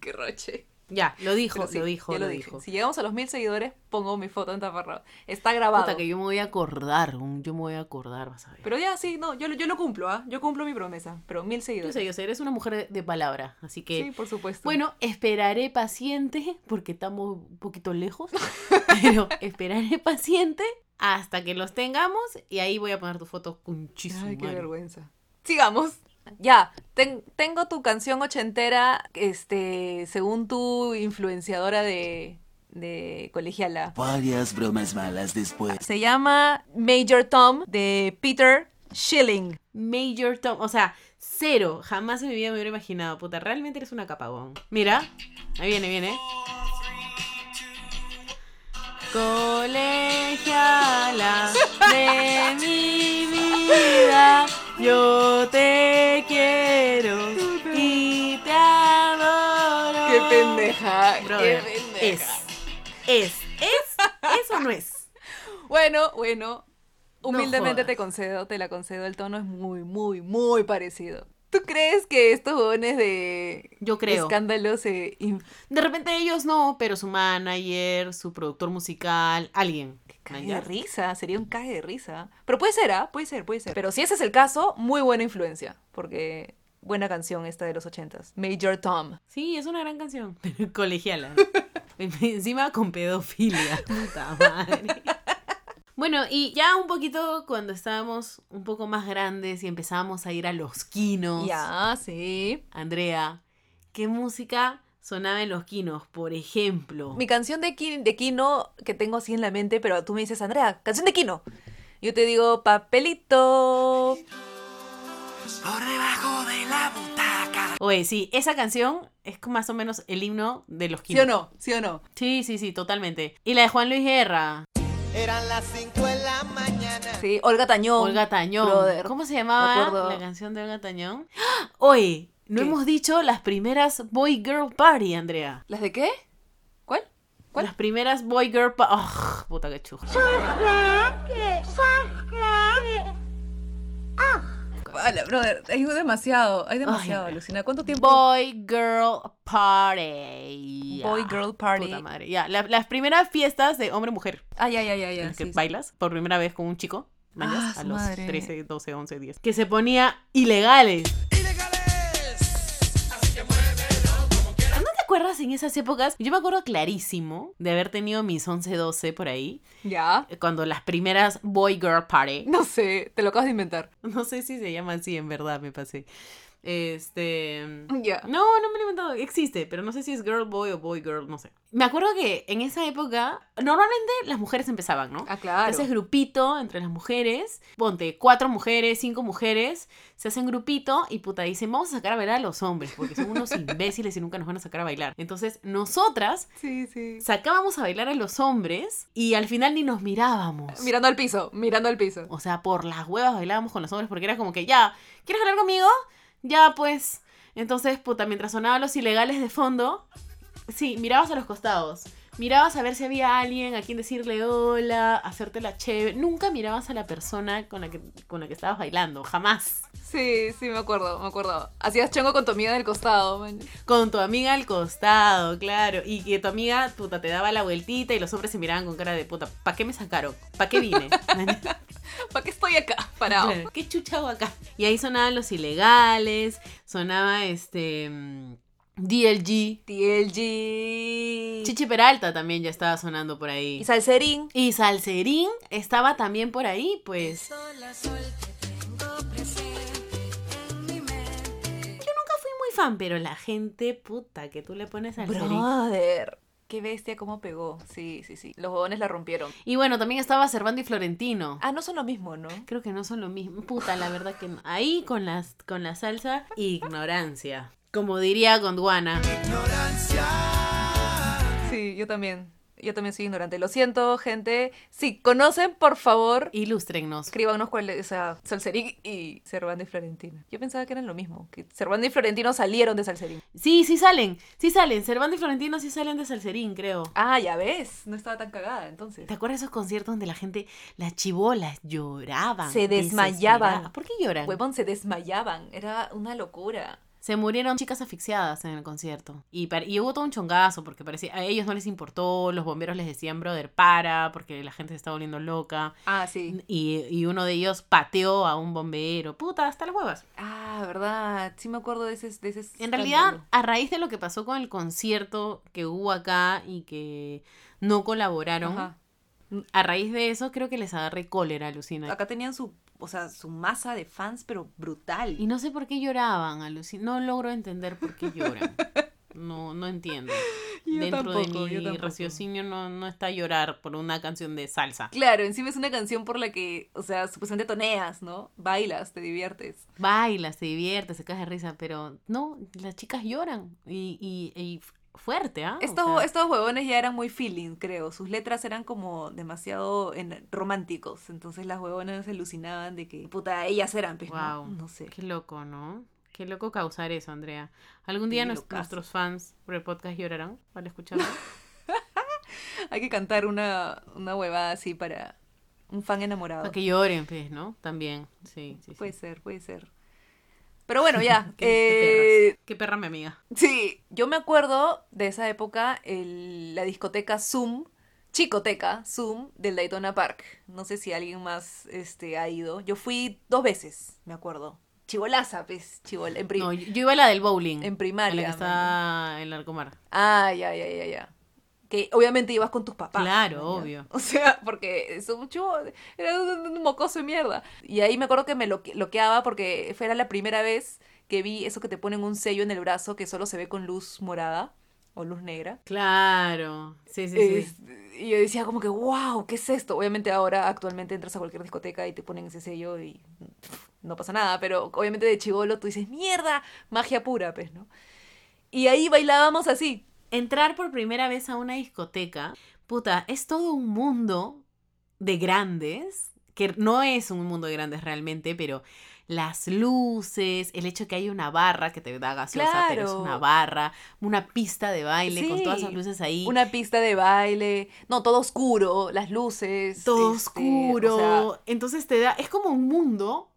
[SPEAKER 11] Qué roche.
[SPEAKER 3] Ya, lo dijo,
[SPEAKER 4] Pero sí,
[SPEAKER 3] lo dijo,
[SPEAKER 4] ya
[SPEAKER 3] lo,
[SPEAKER 4] dije.
[SPEAKER 3] dijo.
[SPEAKER 4] Si llegamos a los mil seguidores, pongo mi foto en taparrabo. Está
[SPEAKER 3] Puta,
[SPEAKER 4] grabado.
[SPEAKER 3] que yo me voy a acordar, un- yo me voy a acordar, vas a ver.
[SPEAKER 4] Pero ya, sí, no, yo, lo- yo lo cumplo, ¿ah? Yo cumplo mi promesa. Pero mil
[SPEAKER 3] Yo
[SPEAKER 4] seguidores.
[SPEAKER 3] sé, yo sé, eres una mujer de- de palabra, así que...
[SPEAKER 4] Sí, por supuesto.
[SPEAKER 3] Bueno, esperaré paciente, porque estamos un poquito lejos, pero esperaré paciente hasta que los tengamos y ahí voy a poner tu foto con
[SPEAKER 4] Ay, qué
[SPEAKER 3] chisme.
[SPEAKER 4] vergüenza. Sigamos. Ya, ten- tengo tu canción ochentera, este, según tu influenciadora de, de colegiala.
[SPEAKER 8] Varias bromas malas después.
[SPEAKER 4] Se llama Major Tom de Peter Schilling.
[SPEAKER 3] Major Tom, o sea, cero, jamás en mi vida me hubiera imaginado, puta, realmente eres una capagón. Mira, ahí viene, viene. Colegiala de mi vida, yo te quiero y te adoro.
[SPEAKER 11] Qué pendeja.
[SPEAKER 3] Brother,
[SPEAKER 11] qué pendeja.
[SPEAKER 3] es, es, es, eso no es.
[SPEAKER 4] Bueno, bueno, humildemente
[SPEAKER 3] jodas.
[SPEAKER 4] te concedo, te la concedo, el tono es muy, muy, muy parecido. ¿Tú crees que estos jóvenes de
[SPEAKER 3] Yo creo.
[SPEAKER 4] escándalo se... in-
[SPEAKER 3] De repente ellos no, pero su manager, su productor musical, alguien.
[SPEAKER 4] Cae de
[SPEAKER 3] ¿Ya?
[SPEAKER 4] risa, sería un cae de risa. Pero puede ser, ¿ah? Puede ser, puede ser.
[SPEAKER 11] Pero si ese es el caso, muy buena influencia. Porque buena canción esta de los ochentas. Major Tom.
[SPEAKER 3] Sí, es una gran canción. Colegiala. Encima con pedofilia. Puta madre. Bueno, y ya un poquito cuando estábamos un poco más grandes y empezamos a ir a los quinos.
[SPEAKER 11] Ya, sí.
[SPEAKER 3] Andrea, ¿qué música sonaba en los quinos? Por ejemplo.
[SPEAKER 11] Mi canción de, Ki- de Kino que tengo así en la mente, pero tú me dices, Andrea, canción de Kino. Yo te digo, papelito.
[SPEAKER 8] Por debajo de la butaca.
[SPEAKER 3] Oye, sí, esa canción es más o menos el himno de los
[SPEAKER 4] ¿Sí o
[SPEAKER 3] quinos.
[SPEAKER 4] no? ¿Sí o no?
[SPEAKER 3] Sí, sí, sí, totalmente. Y la de Juan Luis Guerra,
[SPEAKER 7] Eran las 5 de la mañana.
[SPEAKER 11] Sí, Olga Tañón.
[SPEAKER 3] Olga Tañón.
[SPEAKER 11] brother.
[SPEAKER 3] ¿Cómo se
[SPEAKER 11] Me
[SPEAKER 3] llamaba
[SPEAKER 11] acuerdo.
[SPEAKER 3] la canción de Olga Tañón? ¡Ah! Oye, no
[SPEAKER 11] ¿Qué?
[SPEAKER 3] hemos dicho las primeras Boy Girl Party, Andrea.
[SPEAKER 4] ¿Las de qué? ¿Cuál? ¿Cuál?
[SPEAKER 3] Las primeras Boy Girl Party. ¡Oh, puta que churro!
[SPEAKER 11] Ala, brother, hay demasiado, hay demasiado,
[SPEAKER 3] Ay,
[SPEAKER 11] Lucina. ¿Cuánto tiempo?
[SPEAKER 3] Boy Girl Party.
[SPEAKER 11] Boy Girl Party.
[SPEAKER 3] Puta madre. Ya, la- las primeras fiestas de hombre-mujer.
[SPEAKER 11] Ay, ay, ay, ay. ay,
[SPEAKER 3] que
[SPEAKER 11] sí, sí.
[SPEAKER 3] bailas por primera vez con un chico.
[SPEAKER 11] Ah,
[SPEAKER 3] mañas, a
[SPEAKER 11] su
[SPEAKER 3] los
[SPEAKER 11] madre.
[SPEAKER 3] 13, 12, 11, 10. Que se ponía ilegales. ¿No te acuerdas en esas épocas? Yo me acuerdo clarísimo de haber tenido mis 11, 12 por ahí, eh,
[SPEAKER 4] Ya.
[SPEAKER 3] cuando las primeras Boy Girl Party,
[SPEAKER 4] No sé, te lo acabas de inventar.
[SPEAKER 3] no sé si se llama así, en verdad me pasé. Este...
[SPEAKER 4] Ya.
[SPEAKER 3] No, no me lo he inventado. Existe, pero no sé si es girl boy o boy girl, no sé. Me acuerdo que en esa época, normalmente las mujeres empezaban, ¿no?
[SPEAKER 4] Ah, claro.
[SPEAKER 3] Haces grupito entre las mujeres. Ponte cuatro mujeres, cinco mujeres. Se hacen grupito y puta dicen, vamos a sacar a bailar a los hombres porque son unos imbéciles y nunca nos van a sacar a bailar. Entonces, nosotras
[SPEAKER 4] Sí, sí.
[SPEAKER 3] sacábamos a bailar a los hombres y al final ni nos mirábamos.
[SPEAKER 4] Mirando al piso, mirando al piso.
[SPEAKER 3] O sea, por las huevas bailábamos con los hombres porque era como que, ya, ¿quieres bailar conmigo? Ya, pues. Entonces, puta, mientras sonaban los ilegales de fondo, sí, mirabas a los costados. Mirabas a ver si había alguien a quien decirle hola, hacerte la chévere. Nunca mirabas a la persona con la que, con la que estabas bailando, jamás.
[SPEAKER 4] Sí, sí, me acuerdo, me acuerdo. Hacías chongo con tu amiga del costado, man.
[SPEAKER 3] Con tu amiga al costado, claro. Y que tu amiga, puta, te daba la vueltita y los hombres se miraban con cara de puta, ¿para qué me sacaron? ¿Para qué vine?
[SPEAKER 4] ¿Para qué estoy acá? Parado.
[SPEAKER 3] Claro, ¿Qué chucha hago acá? Y ahí sonaban los ilegales, sonaba este mm, DLG.
[SPEAKER 4] TLG.
[SPEAKER 3] Chichi Peralta también ya estaba sonando por ahí.
[SPEAKER 11] Y Salserín.
[SPEAKER 3] Y Salserín estaba también por ahí, pues. Yo nunca fui muy fan, pero la gente puta que tú le pones al
[SPEAKER 11] Brother.
[SPEAKER 4] Qué bestia, cómo pegó. Sí, sí, sí. Los huevones la rompieron.
[SPEAKER 3] Y bueno, también estaba Cervando y Florentino.
[SPEAKER 11] Ah, no son lo mismo, ¿no?
[SPEAKER 3] Creo que no son lo mismo. Puta, la verdad que no. Ahí con las con la salsa, ignorancia. Como diría Gondwana.
[SPEAKER 4] Sí, yo también.
[SPEAKER 11] Yo también soy ignorante. Lo siento, gente. Si conocen, por favor,
[SPEAKER 3] Ilústrennos.
[SPEAKER 11] escríbanos cuál es. O sea, Salserín y Cervando y Florentino. Yo pensaba que eran lo mismo. Que Cervando y Florentino salieron de Salserín.
[SPEAKER 3] Sí, sí salen. Sí salen. Cervando y Florentino sí salen de Salserín, creo.
[SPEAKER 11] Ah, ya ves. No estaba tan cagada entonces.
[SPEAKER 3] ¿Te acuerdas de esos conciertos donde la gente, las chibolas lloraban?
[SPEAKER 11] Se desmayaban.
[SPEAKER 3] desesperadas? ¿Por qué lloran?
[SPEAKER 11] Huevón, se desmayaban. Era una locura.
[SPEAKER 3] Se murieron chicas asfixiadas en el concierto. Y, par- y hubo todo un chongazo porque parecía, a ellos no les importó, los bomberos les decían, brother, para, porque la gente se está volviendo loca.
[SPEAKER 4] Ah, sí.
[SPEAKER 3] Y, y uno de ellos pateó a un bombero. Puta, hasta las huevas.
[SPEAKER 4] Ah, verdad. Sí me acuerdo de ese. De ese
[SPEAKER 3] En realidad,
[SPEAKER 4] escándalo.
[SPEAKER 3] a raíz de lo que pasó con el concierto que hubo acá y que no colaboraron,
[SPEAKER 4] Ajá.
[SPEAKER 3] a raíz de eso creo que les agarré cólera, Lucina.
[SPEAKER 4] Acá tenían su, o sea, su masa de fans, pero brutal.
[SPEAKER 3] Y no sé por qué lloraban, Alucina. No logro entender por qué lloran. No, no entiendo.
[SPEAKER 4] Yo
[SPEAKER 3] Dentro
[SPEAKER 4] tampoco, yo
[SPEAKER 3] de mi
[SPEAKER 4] tampoco.
[SPEAKER 3] raciocinio no, no está llorar por una canción de salsa.
[SPEAKER 4] Claro, encima es una canción por la que, o sea, supuestamente toneas, ¿no? Bailas, te diviertes.
[SPEAKER 3] Bailas, se divierte, se cae de risa, pero no, las chicas lloran. Y, y- y fuerte, ¿ah? O
[SPEAKER 4] Estos,
[SPEAKER 3] sea,
[SPEAKER 4] estos huevones ya eran muy feeling, creo. Sus letras eran como demasiado en- románticos. Entonces las huevonas se alucinaban de que, puta, ellas eran, pues, ¿no?
[SPEAKER 3] Guau.
[SPEAKER 4] No sé.
[SPEAKER 3] Qué loco, ¿no? Qué loco causar eso, Andrea. ¿Algún día
[SPEAKER 4] Sí,
[SPEAKER 3] nos-
[SPEAKER 4] locazo.
[SPEAKER 3] nuestros fans por el podcast llorarán al escucharlo?
[SPEAKER 4] Hay que cantar una, una huevada así para un fan enamorado.
[SPEAKER 3] Para que lloren, pues, ¿no? También, sí, sí, sí.
[SPEAKER 4] Puede ser, puede ser. Pero bueno, ya.
[SPEAKER 3] Qué- qué,
[SPEAKER 4] eh,
[SPEAKER 3] perras. Qué perra mi amiga.
[SPEAKER 4] Sí, yo me acuerdo de esa época, el- la discoteca Zoom, chicoteca Zoom del Daytona Park. No sé si alguien más este, ha ido. Yo fui dos veces, me acuerdo. Chivolaza, pues, chivola, en, pri-
[SPEAKER 3] No, yo yo iba a la del bowling.
[SPEAKER 4] en
[SPEAKER 3] a la
[SPEAKER 4] primaria.
[SPEAKER 3] que
[SPEAKER 4] mano.
[SPEAKER 3] está en Larcomar.
[SPEAKER 4] Ah, ya, ya, ya, ya. Que obviamente ibas con tus papás.
[SPEAKER 3] Claro,
[SPEAKER 4] ¿no?
[SPEAKER 3] obvio.
[SPEAKER 4] O sea, porque es un chubo, era un, un mocoso de mierda. Y ahí me acuerdo que me loque- loqueaba porque fue- era la primera vez que vi eso que te ponen un sello en el brazo que solo se ve con luz morada o luz negra.
[SPEAKER 3] Claro. Sí, sí, sí.
[SPEAKER 4] Es- y yo decía como que, wow, ¿qué es esto? Obviamente ahora actualmente entras a cualquier discoteca y te ponen ese sello y pff, no pasa nada, pero obviamente de chivolo tú dices, mierda, magia pura, pues, ¿no? Y ahí bailábamos así.
[SPEAKER 3] Entrar por primera vez a una discoteca, puta, es todo un mundo de grandes, que no es un mundo de grandes realmente, pero las luces, el hecho que hay una barra que te da gaseosa, pero es
[SPEAKER 4] Claro.
[SPEAKER 3] una barra, una pista de baile con todas esas
[SPEAKER 4] Sí,
[SPEAKER 3] luces ahí.
[SPEAKER 4] Una pista de baile, no, todo oscuro, las luces.
[SPEAKER 3] todo
[SPEAKER 4] este,
[SPEAKER 3] oscuro.
[SPEAKER 4] o sea,
[SPEAKER 3] Entonces te da, es como un mundo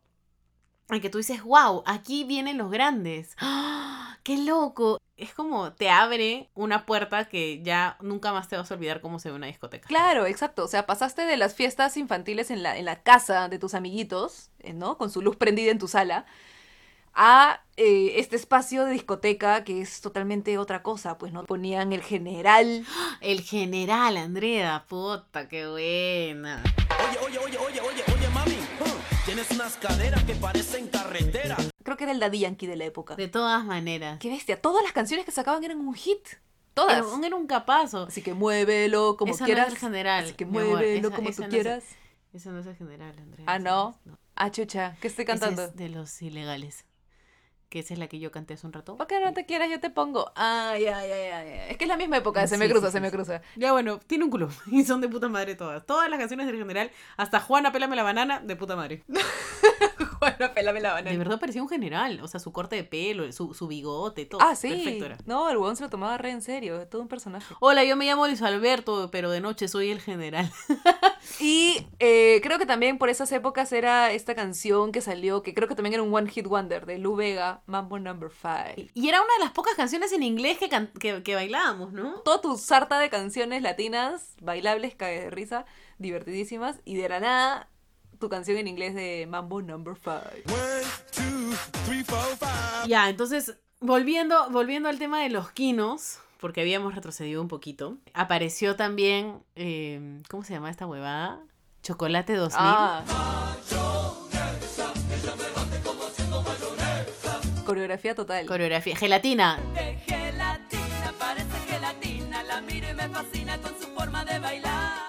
[SPEAKER 3] en que tú dices, wow, aquí vienen los grandes. ¡Ah! ¡Qué loco! Es como te abre una puerta que ya nunca más te vas a olvidar cómo se ve una discoteca.
[SPEAKER 4] claro, exacto. O sea, pasaste de las fiestas infantiles en la, en la casa de tus amiguitos, eh, ¿no? Con su luz prendida en tu sala, a eh, este espacio de discoteca que es totalmente otra cosa. Pues no ponían el general.
[SPEAKER 3] El general, Andrea, puta, qué buena.
[SPEAKER 8] Oye, oye, oye, oye, oye, oye, mami. huh, Tienes unas caderas que parecen carretera.
[SPEAKER 4] Creo que era el Daddy Yankee de la época.
[SPEAKER 3] De todas maneras.
[SPEAKER 4] Qué bestia. Todas las canciones que sacaban eran un hit.
[SPEAKER 3] Era
[SPEAKER 4] Todas.
[SPEAKER 3] un, era un capazo.
[SPEAKER 4] Así que muévelo como
[SPEAKER 3] Esa no es
[SPEAKER 4] quieras.
[SPEAKER 3] el general,
[SPEAKER 4] Así que
[SPEAKER 3] mi amor,
[SPEAKER 4] muévelo
[SPEAKER 3] esa-
[SPEAKER 4] como
[SPEAKER 3] esa
[SPEAKER 4] tú
[SPEAKER 3] no es-
[SPEAKER 4] quieras.
[SPEAKER 3] Eso no es el general, Andrea.
[SPEAKER 4] Ah,
[SPEAKER 3] eso
[SPEAKER 4] ¿no?
[SPEAKER 3] es- no.
[SPEAKER 4] Ah, chucha, ¿qué estoy
[SPEAKER 3] Esa
[SPEAKER 4] cantando?
[SPEAKER 3] es de los ilegales. Que esa es la que yo canté hace un rato.
[SPEAKER 4] ¿Por qué no te quieras? Yo te pongo. Ay, ay, ay, ay. ay. Es que es la misma época, se
[SPEAKER 3] Ah, Mm, Sí,
[SPEAKER 4] me cruza,
[SPEAKER 3] sí,
[SPEAKER 4] se
[SPEAKER 3] sí,
[SPEAKER 4] me
[SPEAKER 3] sí.
[SPEAKER 4] cruza.
[SPEAKER 3] Ya bueno, tiene un culo. Y son de puta madre todas. Todas las canciones del general, hasta Juana Pélame la banana, de puta madre.
[SPEAKER 4] Bueno, pelame la
[SPEAKER 3] De
[SPEAKER 4] banana.
[SPEAKER 3] verdad parecía un general. O sea, su corte de pelo, su, su bigote, todo.
[SPEAKER 4] Ah, sí.
[SPEAKER 3] Perfecto era.
[SPEAKER 4] No, el huevón se lo tomaba re en serio, es todo un personaje.
[SPEAKER 3] Hola, yo me llamo Luis Alberto, pero de noche soy el general.
[SPEAKER 4] Y eh, creo que también por esas épocas era esta canción que salió, que creo que también era un One Hit Wonder, de Lou Vega, Mambo Number 5.
[SPEAKER 3] Y era una de las pocas canciones en inglés que, can- que, que bailábamos, ¿no?
[SPEAKER 4] Toda tu sarta de canciones latinas, bailables, cae de risa, divertidísimas, y de la nada, tu canción en inglés de Mambo Number 5.
[SPEAKER 8] One, two, three, four, five.
[SPEAKER 3] Ya, entonces, volviendo, volviendo al tema de los quinos, porque habíamos retrocedido un poquito, apareció también, eh, ¿cómo se llama esta huevada? Chocolate 2000.
[SPEAKER 4] Ah. Coreografía total.
[SPEAKER 3] Coreografía. Gelatina.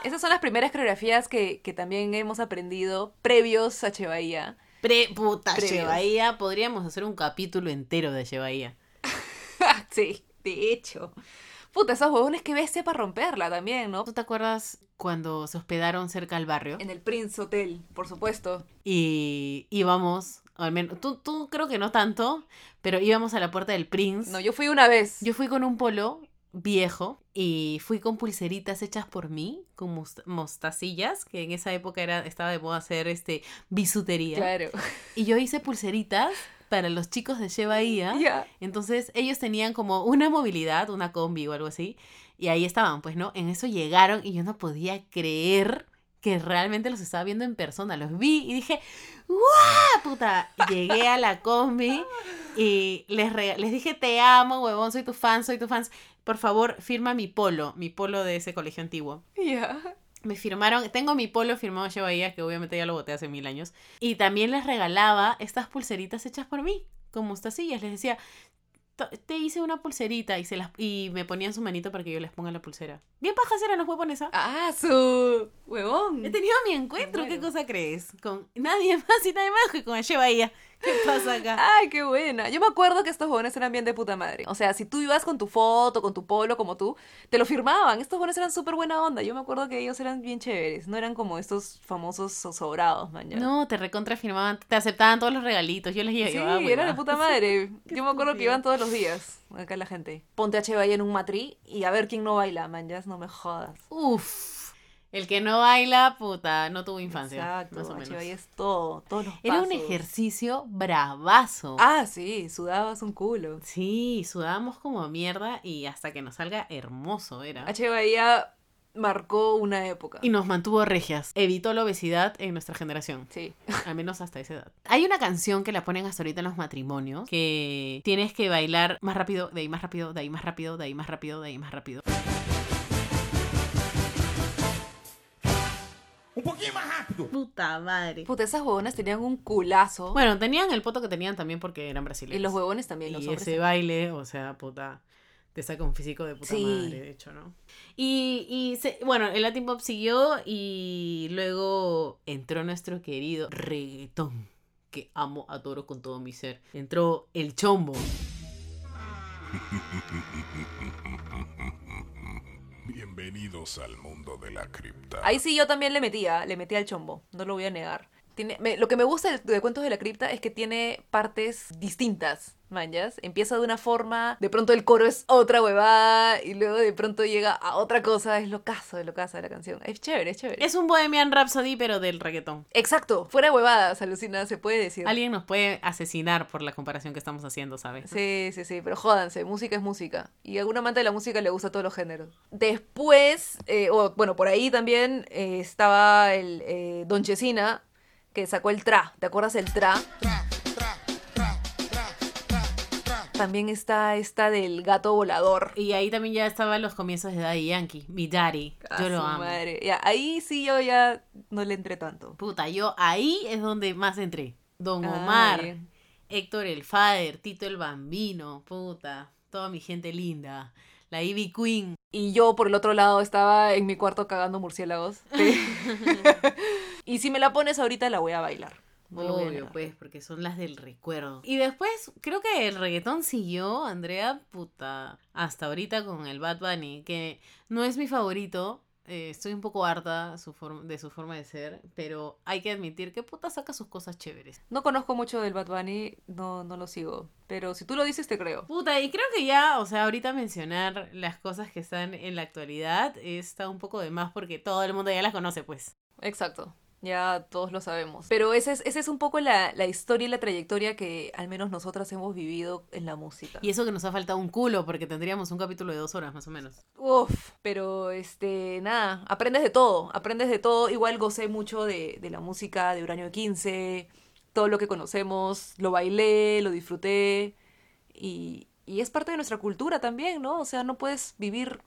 [SPEAKER 4] Esas son las primeras coreografías que, que también hemos aprendido previos a Chevaía.
[SPEAKER 3] Pre puta
[SPEAKER 4] Previos.
[SPEAKER 3] Chevaía. Podríamos hacer un capítulo entero de Chevaía.
[SPEAKER 4] sí, de hecho. Puta, esos huevones que bestia para romperla también, ¿no?
[SPEAKER 3] ¿Tú te acuerdas cuando se hospedaron cerca al barrio?
[SPEAKER 4] En el Prince Hotel, por supuesto.
[SPEAKER 3] Y íbamos, o al menos, tú, tú creo que no tanto, pero íbamos a la puerta del Prince.
[SPEAKER 4] No, yo fui una vez.
[SPEAKER 3] Yo fui con un polo viejo y fui con pulseritas hechas por mí, con mos- mostacillas, que en esa época era, estaba de moda hacer este bisutería.
[SPEAKER 11] Claro.
[SPEAKER 3] Y yo hice pulseritas para los chicos de Che Bahía.
[SPEAKER 11] Ya.
[SPEAKER 3] Entonces ellos tenían como una movilidad, una combi o algo así, y ahí estaban, pues no, en eso llegaron y yo no podía creer que realmente los estaba viendo en persona, los vi y dije, ¡guau, puta! Llegué a la combi y les, rega- les dije, te amo, huevón, soy tu fan, soy tu fan, por favor, firma mi polo, mi polo de ese colegio antiguo.
[SPEAKER 4] Ya.
[SPEAKER 3] Me firmaron, tengo mi polo firmado Che Bahía, que obviamente ya lo boté hace mil años. Y también les regalaba estas pulseritas hechas por mí, con mostacillas. Les decía, "To- te hice una pulserita y, se las, y me ponían su manito para que yo les ponga la pulsera. Bien pajas eran los huevones, ¿ah?
[SPEAKER 4] Ah, su huevón.
[SPEAKER 3] He tenido mi encuentro,
[SPEAKER 4] Me
[SPEAKER 3] ¿qué
[SPEAKER 4] muero.
[SPEAKER 3] cosa crees? Con nadie más y nadie más que con Che Bahía. ¿Qué pasa acá?
[SPEAKER 4] Ay, qué buena. Yo me acuerdo que estos jóvenes eran bien de puta madre. O sea, si tú ibas con tu foto, con tu polo, como tú, te lo firmaban. Estos jóvenes eran súper buena onda. Yo me acuerdo que ellos eran bien chéveres. No eran como estos famosos sobrados, mañana.
[SPEAKER 3] No, te recontrafirmaban, te aceptaban todos los regalitos, yo "Ah, les
[SPEAKER 4] Sí,
[SPEAKER 3] llevaba.
[SPEAKER 4] eran de
[SPEAKER 3] huevada.
[SPEAKER 4] puta madre. Yo me acuerdo que iban todos los días. Acá la gente. Ponte a Chevay en un matrí y a ver quién no baila, manjas, no me jodas.
[SPEAKER 3] Uf. El que no baila, puta, no tuvo infancia. más
[SPEAKER 4] Exacto,
[SPEAKER 3] o
[SPEAKER 4] a
[SPEAKER 3] menos.
[SPEAKER 4] Chevay es todo, todos los
[SPEAKER 3] Era un
[SPEAKER 4] pasos.
[SPEAKER 3] ejercicio bravazo.
[SPEAKER 4] Ah, sí, sudabas un culo.
[SPEAKER 3] Sí, sudábamos como mierda y hasta que nos salga hermoso era.
[SPEAKER 4] H. Bahía marcó una época.
[SPEAKER 3] Y nos mantuvo regias. Evitó la obesidad en nuestra generación.
[SPEAKER 4] Sí.
[SPEAKER 3] Al menos hasta esa edad. Hay una canción que la ponen hasta ahorita en los matrimonios que tienes que bailar más rápido, de ahí más rápido, de ahí más rápido, de ahí más rápido, de ahí más rápido.
[SPEAKER 8] Um pouquinho mais rápido.
[SPEAKER 3] Puta madre.
[SPEAKER 4] Puta, esas huevonas tenían un culazo.
[SPEAKER 3] Bueno, tenían el poto que tenían también porque eran
[SPEAKER 4] y
[SPEAKER 3] brasileños.
[SPEAKER 4] los huevones también, los
[SPEAKER 3] Y
[SPEAKER 4] hombres.
[SPEAKER 3] ese baile, o sea, puta, te saca un físico de puta
[SPEAKER 4] Sí.
[SPEAKER 3] madre, de hecho, ¿no? Y, y se- bueno, el Latin Pop siguió y luego entró nuestro querido reggaetón, que amo, adoro con todo mi ser. Entró el chombo.
[SPEAKER 8] Bienvenidos al mundo de la cripta.
[SPEAKER 4] Ahí sí yo también le metía, le metía al chombo, no lo voy a negar. Tiene, me- lo que me gusta de, de Cuentos de la Cripta es que tiene partes distintas, manjas. Empieza de una forma, de pronto el coro es otra huevada y luego de pronto llega a otra cosa. Es lo caso, es lo caso de la canción. Es chévere, es chévere.
[SPEAKER 3] Es un Bohemian Rhapsody, pero del reggaetón.
[SPEAKER 4] Exacto, fuera de huevadas, alucina, se puede decir.
[SPEAKER 3] Alguien nos puede asesinar por la comparación que estamos haciendo, ¿sabes?
[SPEAKER 4] Sí, sí, sí, pero jódanse, música es música. Y a algún amante de la música le gusta todos los géneros. Después, eh, o bueno, por ahí también eh, estaba el eh, Don Chesina, que sacó el tra. ¿Te acuerdas el tra? También está esta del gato volador.
[SPEAKER 3] Y ahí también ya estaban los comienzos de Daddy Yankee, mi daddy.
[SPEAKER 4] A
[SPEAKER 3] Yo lo
[SPEAKER 4] su
[SPEAKER 3] amo.
[SPEAKER 4] madre. Ya, ahí sí yo ya no le entré tanto.
[SPEAKER 3] Puta, yo ahí es donde más entré. Don Omar,
[SPEAKER 4] Ay.
[SPEAKER 3] Héctor el Fader, Tito el Bambino, puta, toda mi gente linda, la Ivy Queen.
[SPEAKER 4] Y yo, por el otro lado, estaba en mi cuarto cagando murciélagos. y si me la pones ahorita, la voy a bailar. No lo voy a
[SPEAKER 3] Obvio,
[SPEAKER 4] negar.
[SPEAKER 3] pues, porque son las del recuerdo. Y después, creo que el reggaetón siguió, Andrea, puta, hasta ahorita con el Bad Bunny, que no es mi favorito. eh, estoy un poco harta su forma- de su forma de ser, pero hay que admitir que puta saca sus cosas chéveres.
[SPEAKER 4] No conozco mucho del Bad Bunny, no, no lo sigo. Pero si tú lo dices, te creo.
[SPEAKER 3] Puta, y creo que ya, o sea, ahorita mencionar las cosas que están en la actualidad está un poco de más porque todo el mundo ya las conoce, pues.
[SPEAKER 4] Exacto. Ya todos lo sabemos. Pero esa es, esa es un poco la, la historia y la trayectoria que al menos nosotras hemos vivido en la música.
[SPEAKER 3] Y eso que nos ha faltado un culo porque tendríamos un capítulo de dos horas más o menos.
[SPEAKER 4] Uf, pero este, nada, aprendes de todo, aprendes de todo. Igual gocé mucho de, de la música de Uranio 15, todo lo que conocemos, lo bailé, lo disfruté y, y es parte de nuestra cultura también, ¿no? O sea, no puedes vivir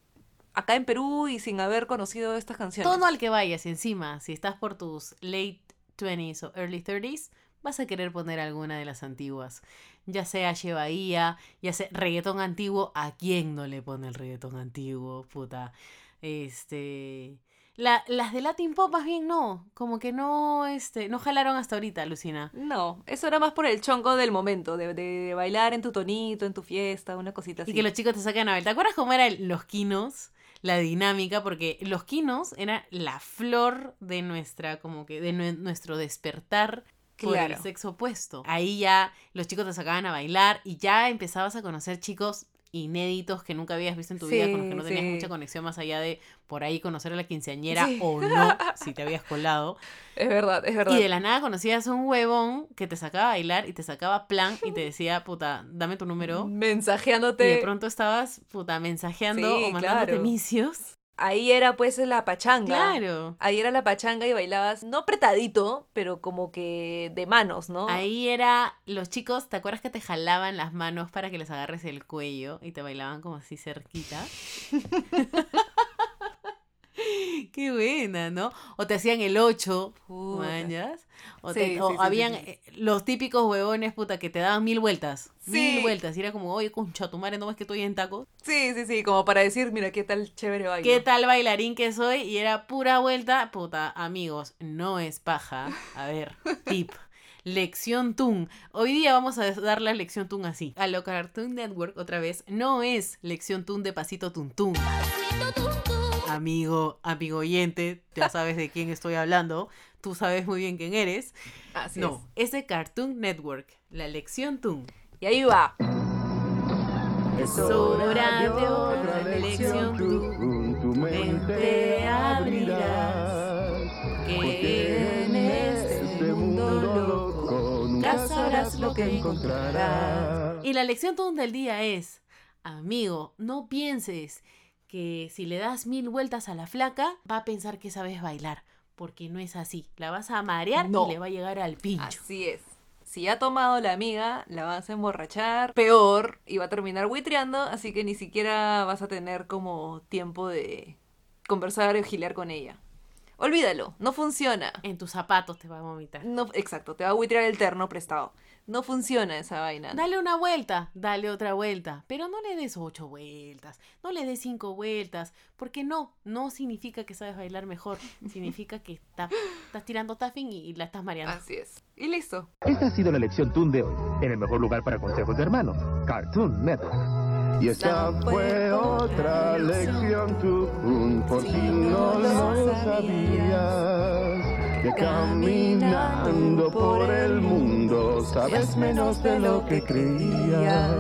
[SPEAKER 4] acá en Perú y sin haber conocido estas canciones.
[SPEAKER 3] Todo al que vayas y encima, si estás por tus late 20s o early 30s, vas a querer poner alguna de las antiguas. Ya sea Llevaía, ya sea reggaetón antiguo, ¿a quién no le pone el reggaetón antiguo? Puta. Este. La- las de Latin Pop más bien no, como que no, este, no jalaron hasta ahorita, Lucina.
[SPEAKER 4] No, eso era más por el chongo del momento, de, de bailar en tu tonito, en tu fiesta, una cosita así.
[SPEAKER 3] Y que los chicos te sacan a ver. ¿Te acuerdas cómo eran los quinos? La dinámica, porque los quinos era la flor de nuestra, como que, de nue- nuestro despertar por el
[SPEAKER 4] Claro.
[SPEAKER 3] sexo opuesto. Ahí ya los chicos te sacaban a bailar y ya empezabas a conocer chicos inéditos que nunca habías visto en tu vida, con los que
[SPEAKER 4] Sí,
[SPEAKER 3] no tenías
[SPEAKER 4] sí.
[SPEAKER 3] mucha conexión más allá de por ahí conocer a la quinceañera
[SPEAKER 11] Sí.
[SPEAKER 3] o no, si te habías colado.
[SPEAKER 11] Es verdad, es verdad.
[SPEAKER 3] Y de la nada conocías a un huevón que te sacaba a bailar y te sacaba plan y te decía, puta, dame tu número.
[SPEAKER 11] Mensajeándote.
[SPEAKER 3] Y de pronto estabas, puta, mensajeando
[SPEAKER 11] Sí,
[SPEAKER 3] o mandándote
[SPEAKER 11] claro.
[SPEAKER 3] misios.
[SPEAKER 11] Ahí era pues la pachanga.
[SPEAKER 3] Claro.
[SPEAKER 11] Ahí era la pachanga y bailabas, no apretadito, pero como que de manos, ¿no?
[SPEAKER 3] Ahí era, los chicos, ¿te acuerdas que te jalaban las manos para que les agarres el cuello y te bailaban como así cerquita? Qué buena, ¿no? O te hacían el 8,
[SPEAKER 4] Puta.
[SPEAKER 3] mañas. O,
[SPEAKER 4] Sí,
[SPEAKER 3] te-
[SPEAKER 4] sí,
[SPEAKER 3] o
[SPEAKER 4] sí, sí,
[SPEAKER 3] habían
[SPEAKER 4] sí.
[SPEAKER 3] eh, los típicos huevones, puta, que te daban mil vueltas.
[SPEAKER 11] Sí.
[SPEAKER 3] Mil vueltas. Y era como, oye, concha, tu madre, no ves que estoy en tacos.
[SPEAKER 11] Sí, sí, sí, como para decir, mira, qué tal chévere baila.
[SPEAKER 3] ¿Qué tal bailarín que soy? Y era pura vuelta. Puta, amigos, no es paja. A ver, tip. Lección Tun. Hoy día vamos a dar la lección Tun así. A lo Cartoon Network, otra vez, no es lección Tun de pasito Tun Tun. Amigo, amigo oyente, ya sabes de quién estoy hablando. Tú sabes muy bien quién eres.
[SPEAKER 11] Así
[SPEAKER 3] No, es de Cartoon Network. La lección Tun.
[SPEAKER 11] es. Y ahí va.
[SPEAKER 3] Es hora de otra lección Tun. Tu mente abrirás. que en este mundo loco nunca sabrás lo que encontrarás. Y la lección tonta del día es, amigo, no pienses que si le das mil vueltas a la flaca va a pensar que sabes bailar, porque no es así. La vas a marear
[SPEAKER 11] No.
[SPEAKER 3] y le va a llegar al pincho.
[SPEAKER 4] Así es. Si ha tomado la amiga, la vas a emborrachar peor y va a terminar buitreando, así que ni siquiera vas a tener como tiempo de conversar o gilear con ella. Olvídalo, no funciona.
[SPEAKER 3] En tus zapatos te va a vomitar.
[SPEAKER 4] No, exacto, te va a buitrear el terno prestado. No funciona esa vaina.
[SPEAKER 3] Dale una vuelta, dale otra vuelta, pero no le des ocho vueltas, no le des cinco vueltas, porque no, no significa que sabes bailar mejor, significa que está- estás tirando taffing y, y la estás mareando.
[SPEAKER 4] Así es. Y listo.
[SPEAKER 13] Esta ha sido la lección Toon de hoy, en el mejor lugar para consejos de hermano, Cartoon Network. Y esta fue otra lección Toon, por si no lo sabías. Que caminando por el mundo sabes menos de lo que creías.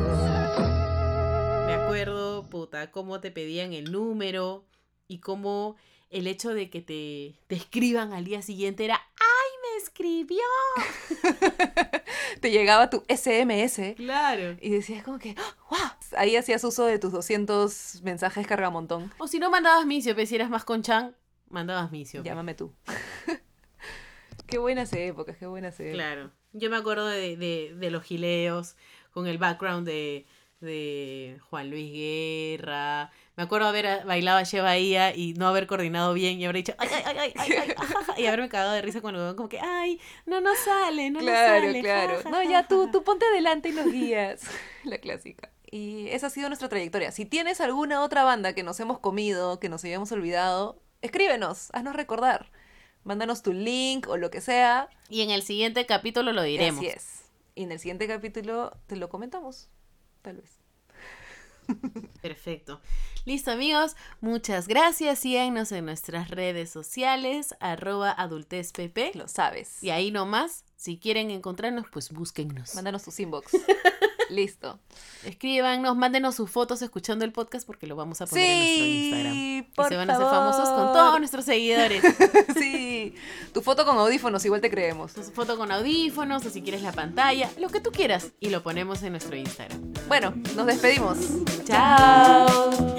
[SPEAKER 3] Me acuerdo, puta, cómo te pedían el número y cómo el hecho de que te, te escriban al día siguiente era, ¡ay, me escribió!
[SPEAKER 4] Te llegaba tu SMS
[SPEAKER 3] Claro.
[SPEAKER 4] y decías como que, ¡ah! ¡guau! Ahí hacías uso de tus 200 mensajes cargamontón.
[SPEAKER 3] O si no mandabas misio, pero si eras más conchan, mandabas misio.
[SPEAKER 4] Llámame tú. qué buenas épocas, qué buenas épocas.
[SPEAKER 3] Claro. Yo me acuerdo de, de- de los gileos con el background de, de Juan Luis Guerra. Me acuerdo haber a- bailado a Che Bahía y no haber coordinado bien y haber dicho ay, ay, ay, ay, ay, ay, ajaja", y haberme cagado de risa cuando el huevón como que ay, no nos sale, no nos
[SPEAKER 4] Claro,
[SPEAKER 3] sale.
[SPEAKER 4] claro.
[SPEAKER 3] ja, ja,
[SPEAKER 4] No,
[SPEAKER 3] ja,
[SPEAKER 4] ya
[SPEAKER 3] ja,
[SPEAKER 4] tú,
[SPEAKER 3] ja".
[SPEAKER 4] tú ponte adelante y nos guías. La clásica. Y esa ha sido nuestra trayectoria. Si tienes alguna otra banda que nos hemos comido, que nos hayamos olvidado, escríbenos, haznos recordar. Mándanos tu link o lo que sea.
[SPEAKER 3] Y en el siguiente capítulo lo
[SPEAKER 4] Y
[SPEAKER 3] diremos.
[SPEAKER 4] Así es. Y en el siguiente capítulo te lo comentamos, tal vez.
[SPEAKER 3] Perfecto. Listo amigos, muchas gracias. Síganos en nuestras redes sociales, arroba adultezpp.
[SPEAKER 4] Lo sabes.
[SPEAKER 3] Y ahí nomás, si quieren encontrarnos, pues búsquennos.
[SPEAKER 4] Mándanos tus inbox. Listo.
[SPEAKER 3] Escríbanos, mándenos sus fotos escuchando el podcast porque lo vamos a poner en nuestro Instagram.
[SPEAKER 4] Sí,
[SPEAKER 3] Y
[SPEAKER 4] por
[SPEAKER 3] se van a hacer
[SPEAKER 4] favor.
[SPEAKER 3] famosos con todos nuestros seguidores.
[SPEAKER 4] Sí. Tu foto con audífonos, igual te creemos.
[SPEAKER 3] Sus foto con audífonos o si quieres la pantalla, lo que tú quieras. Y lo ponemos en nuestro Instagram.
[SPEAKER 4] Bueno, nos despedimos.
[SPEAKER 3] ¡Chao!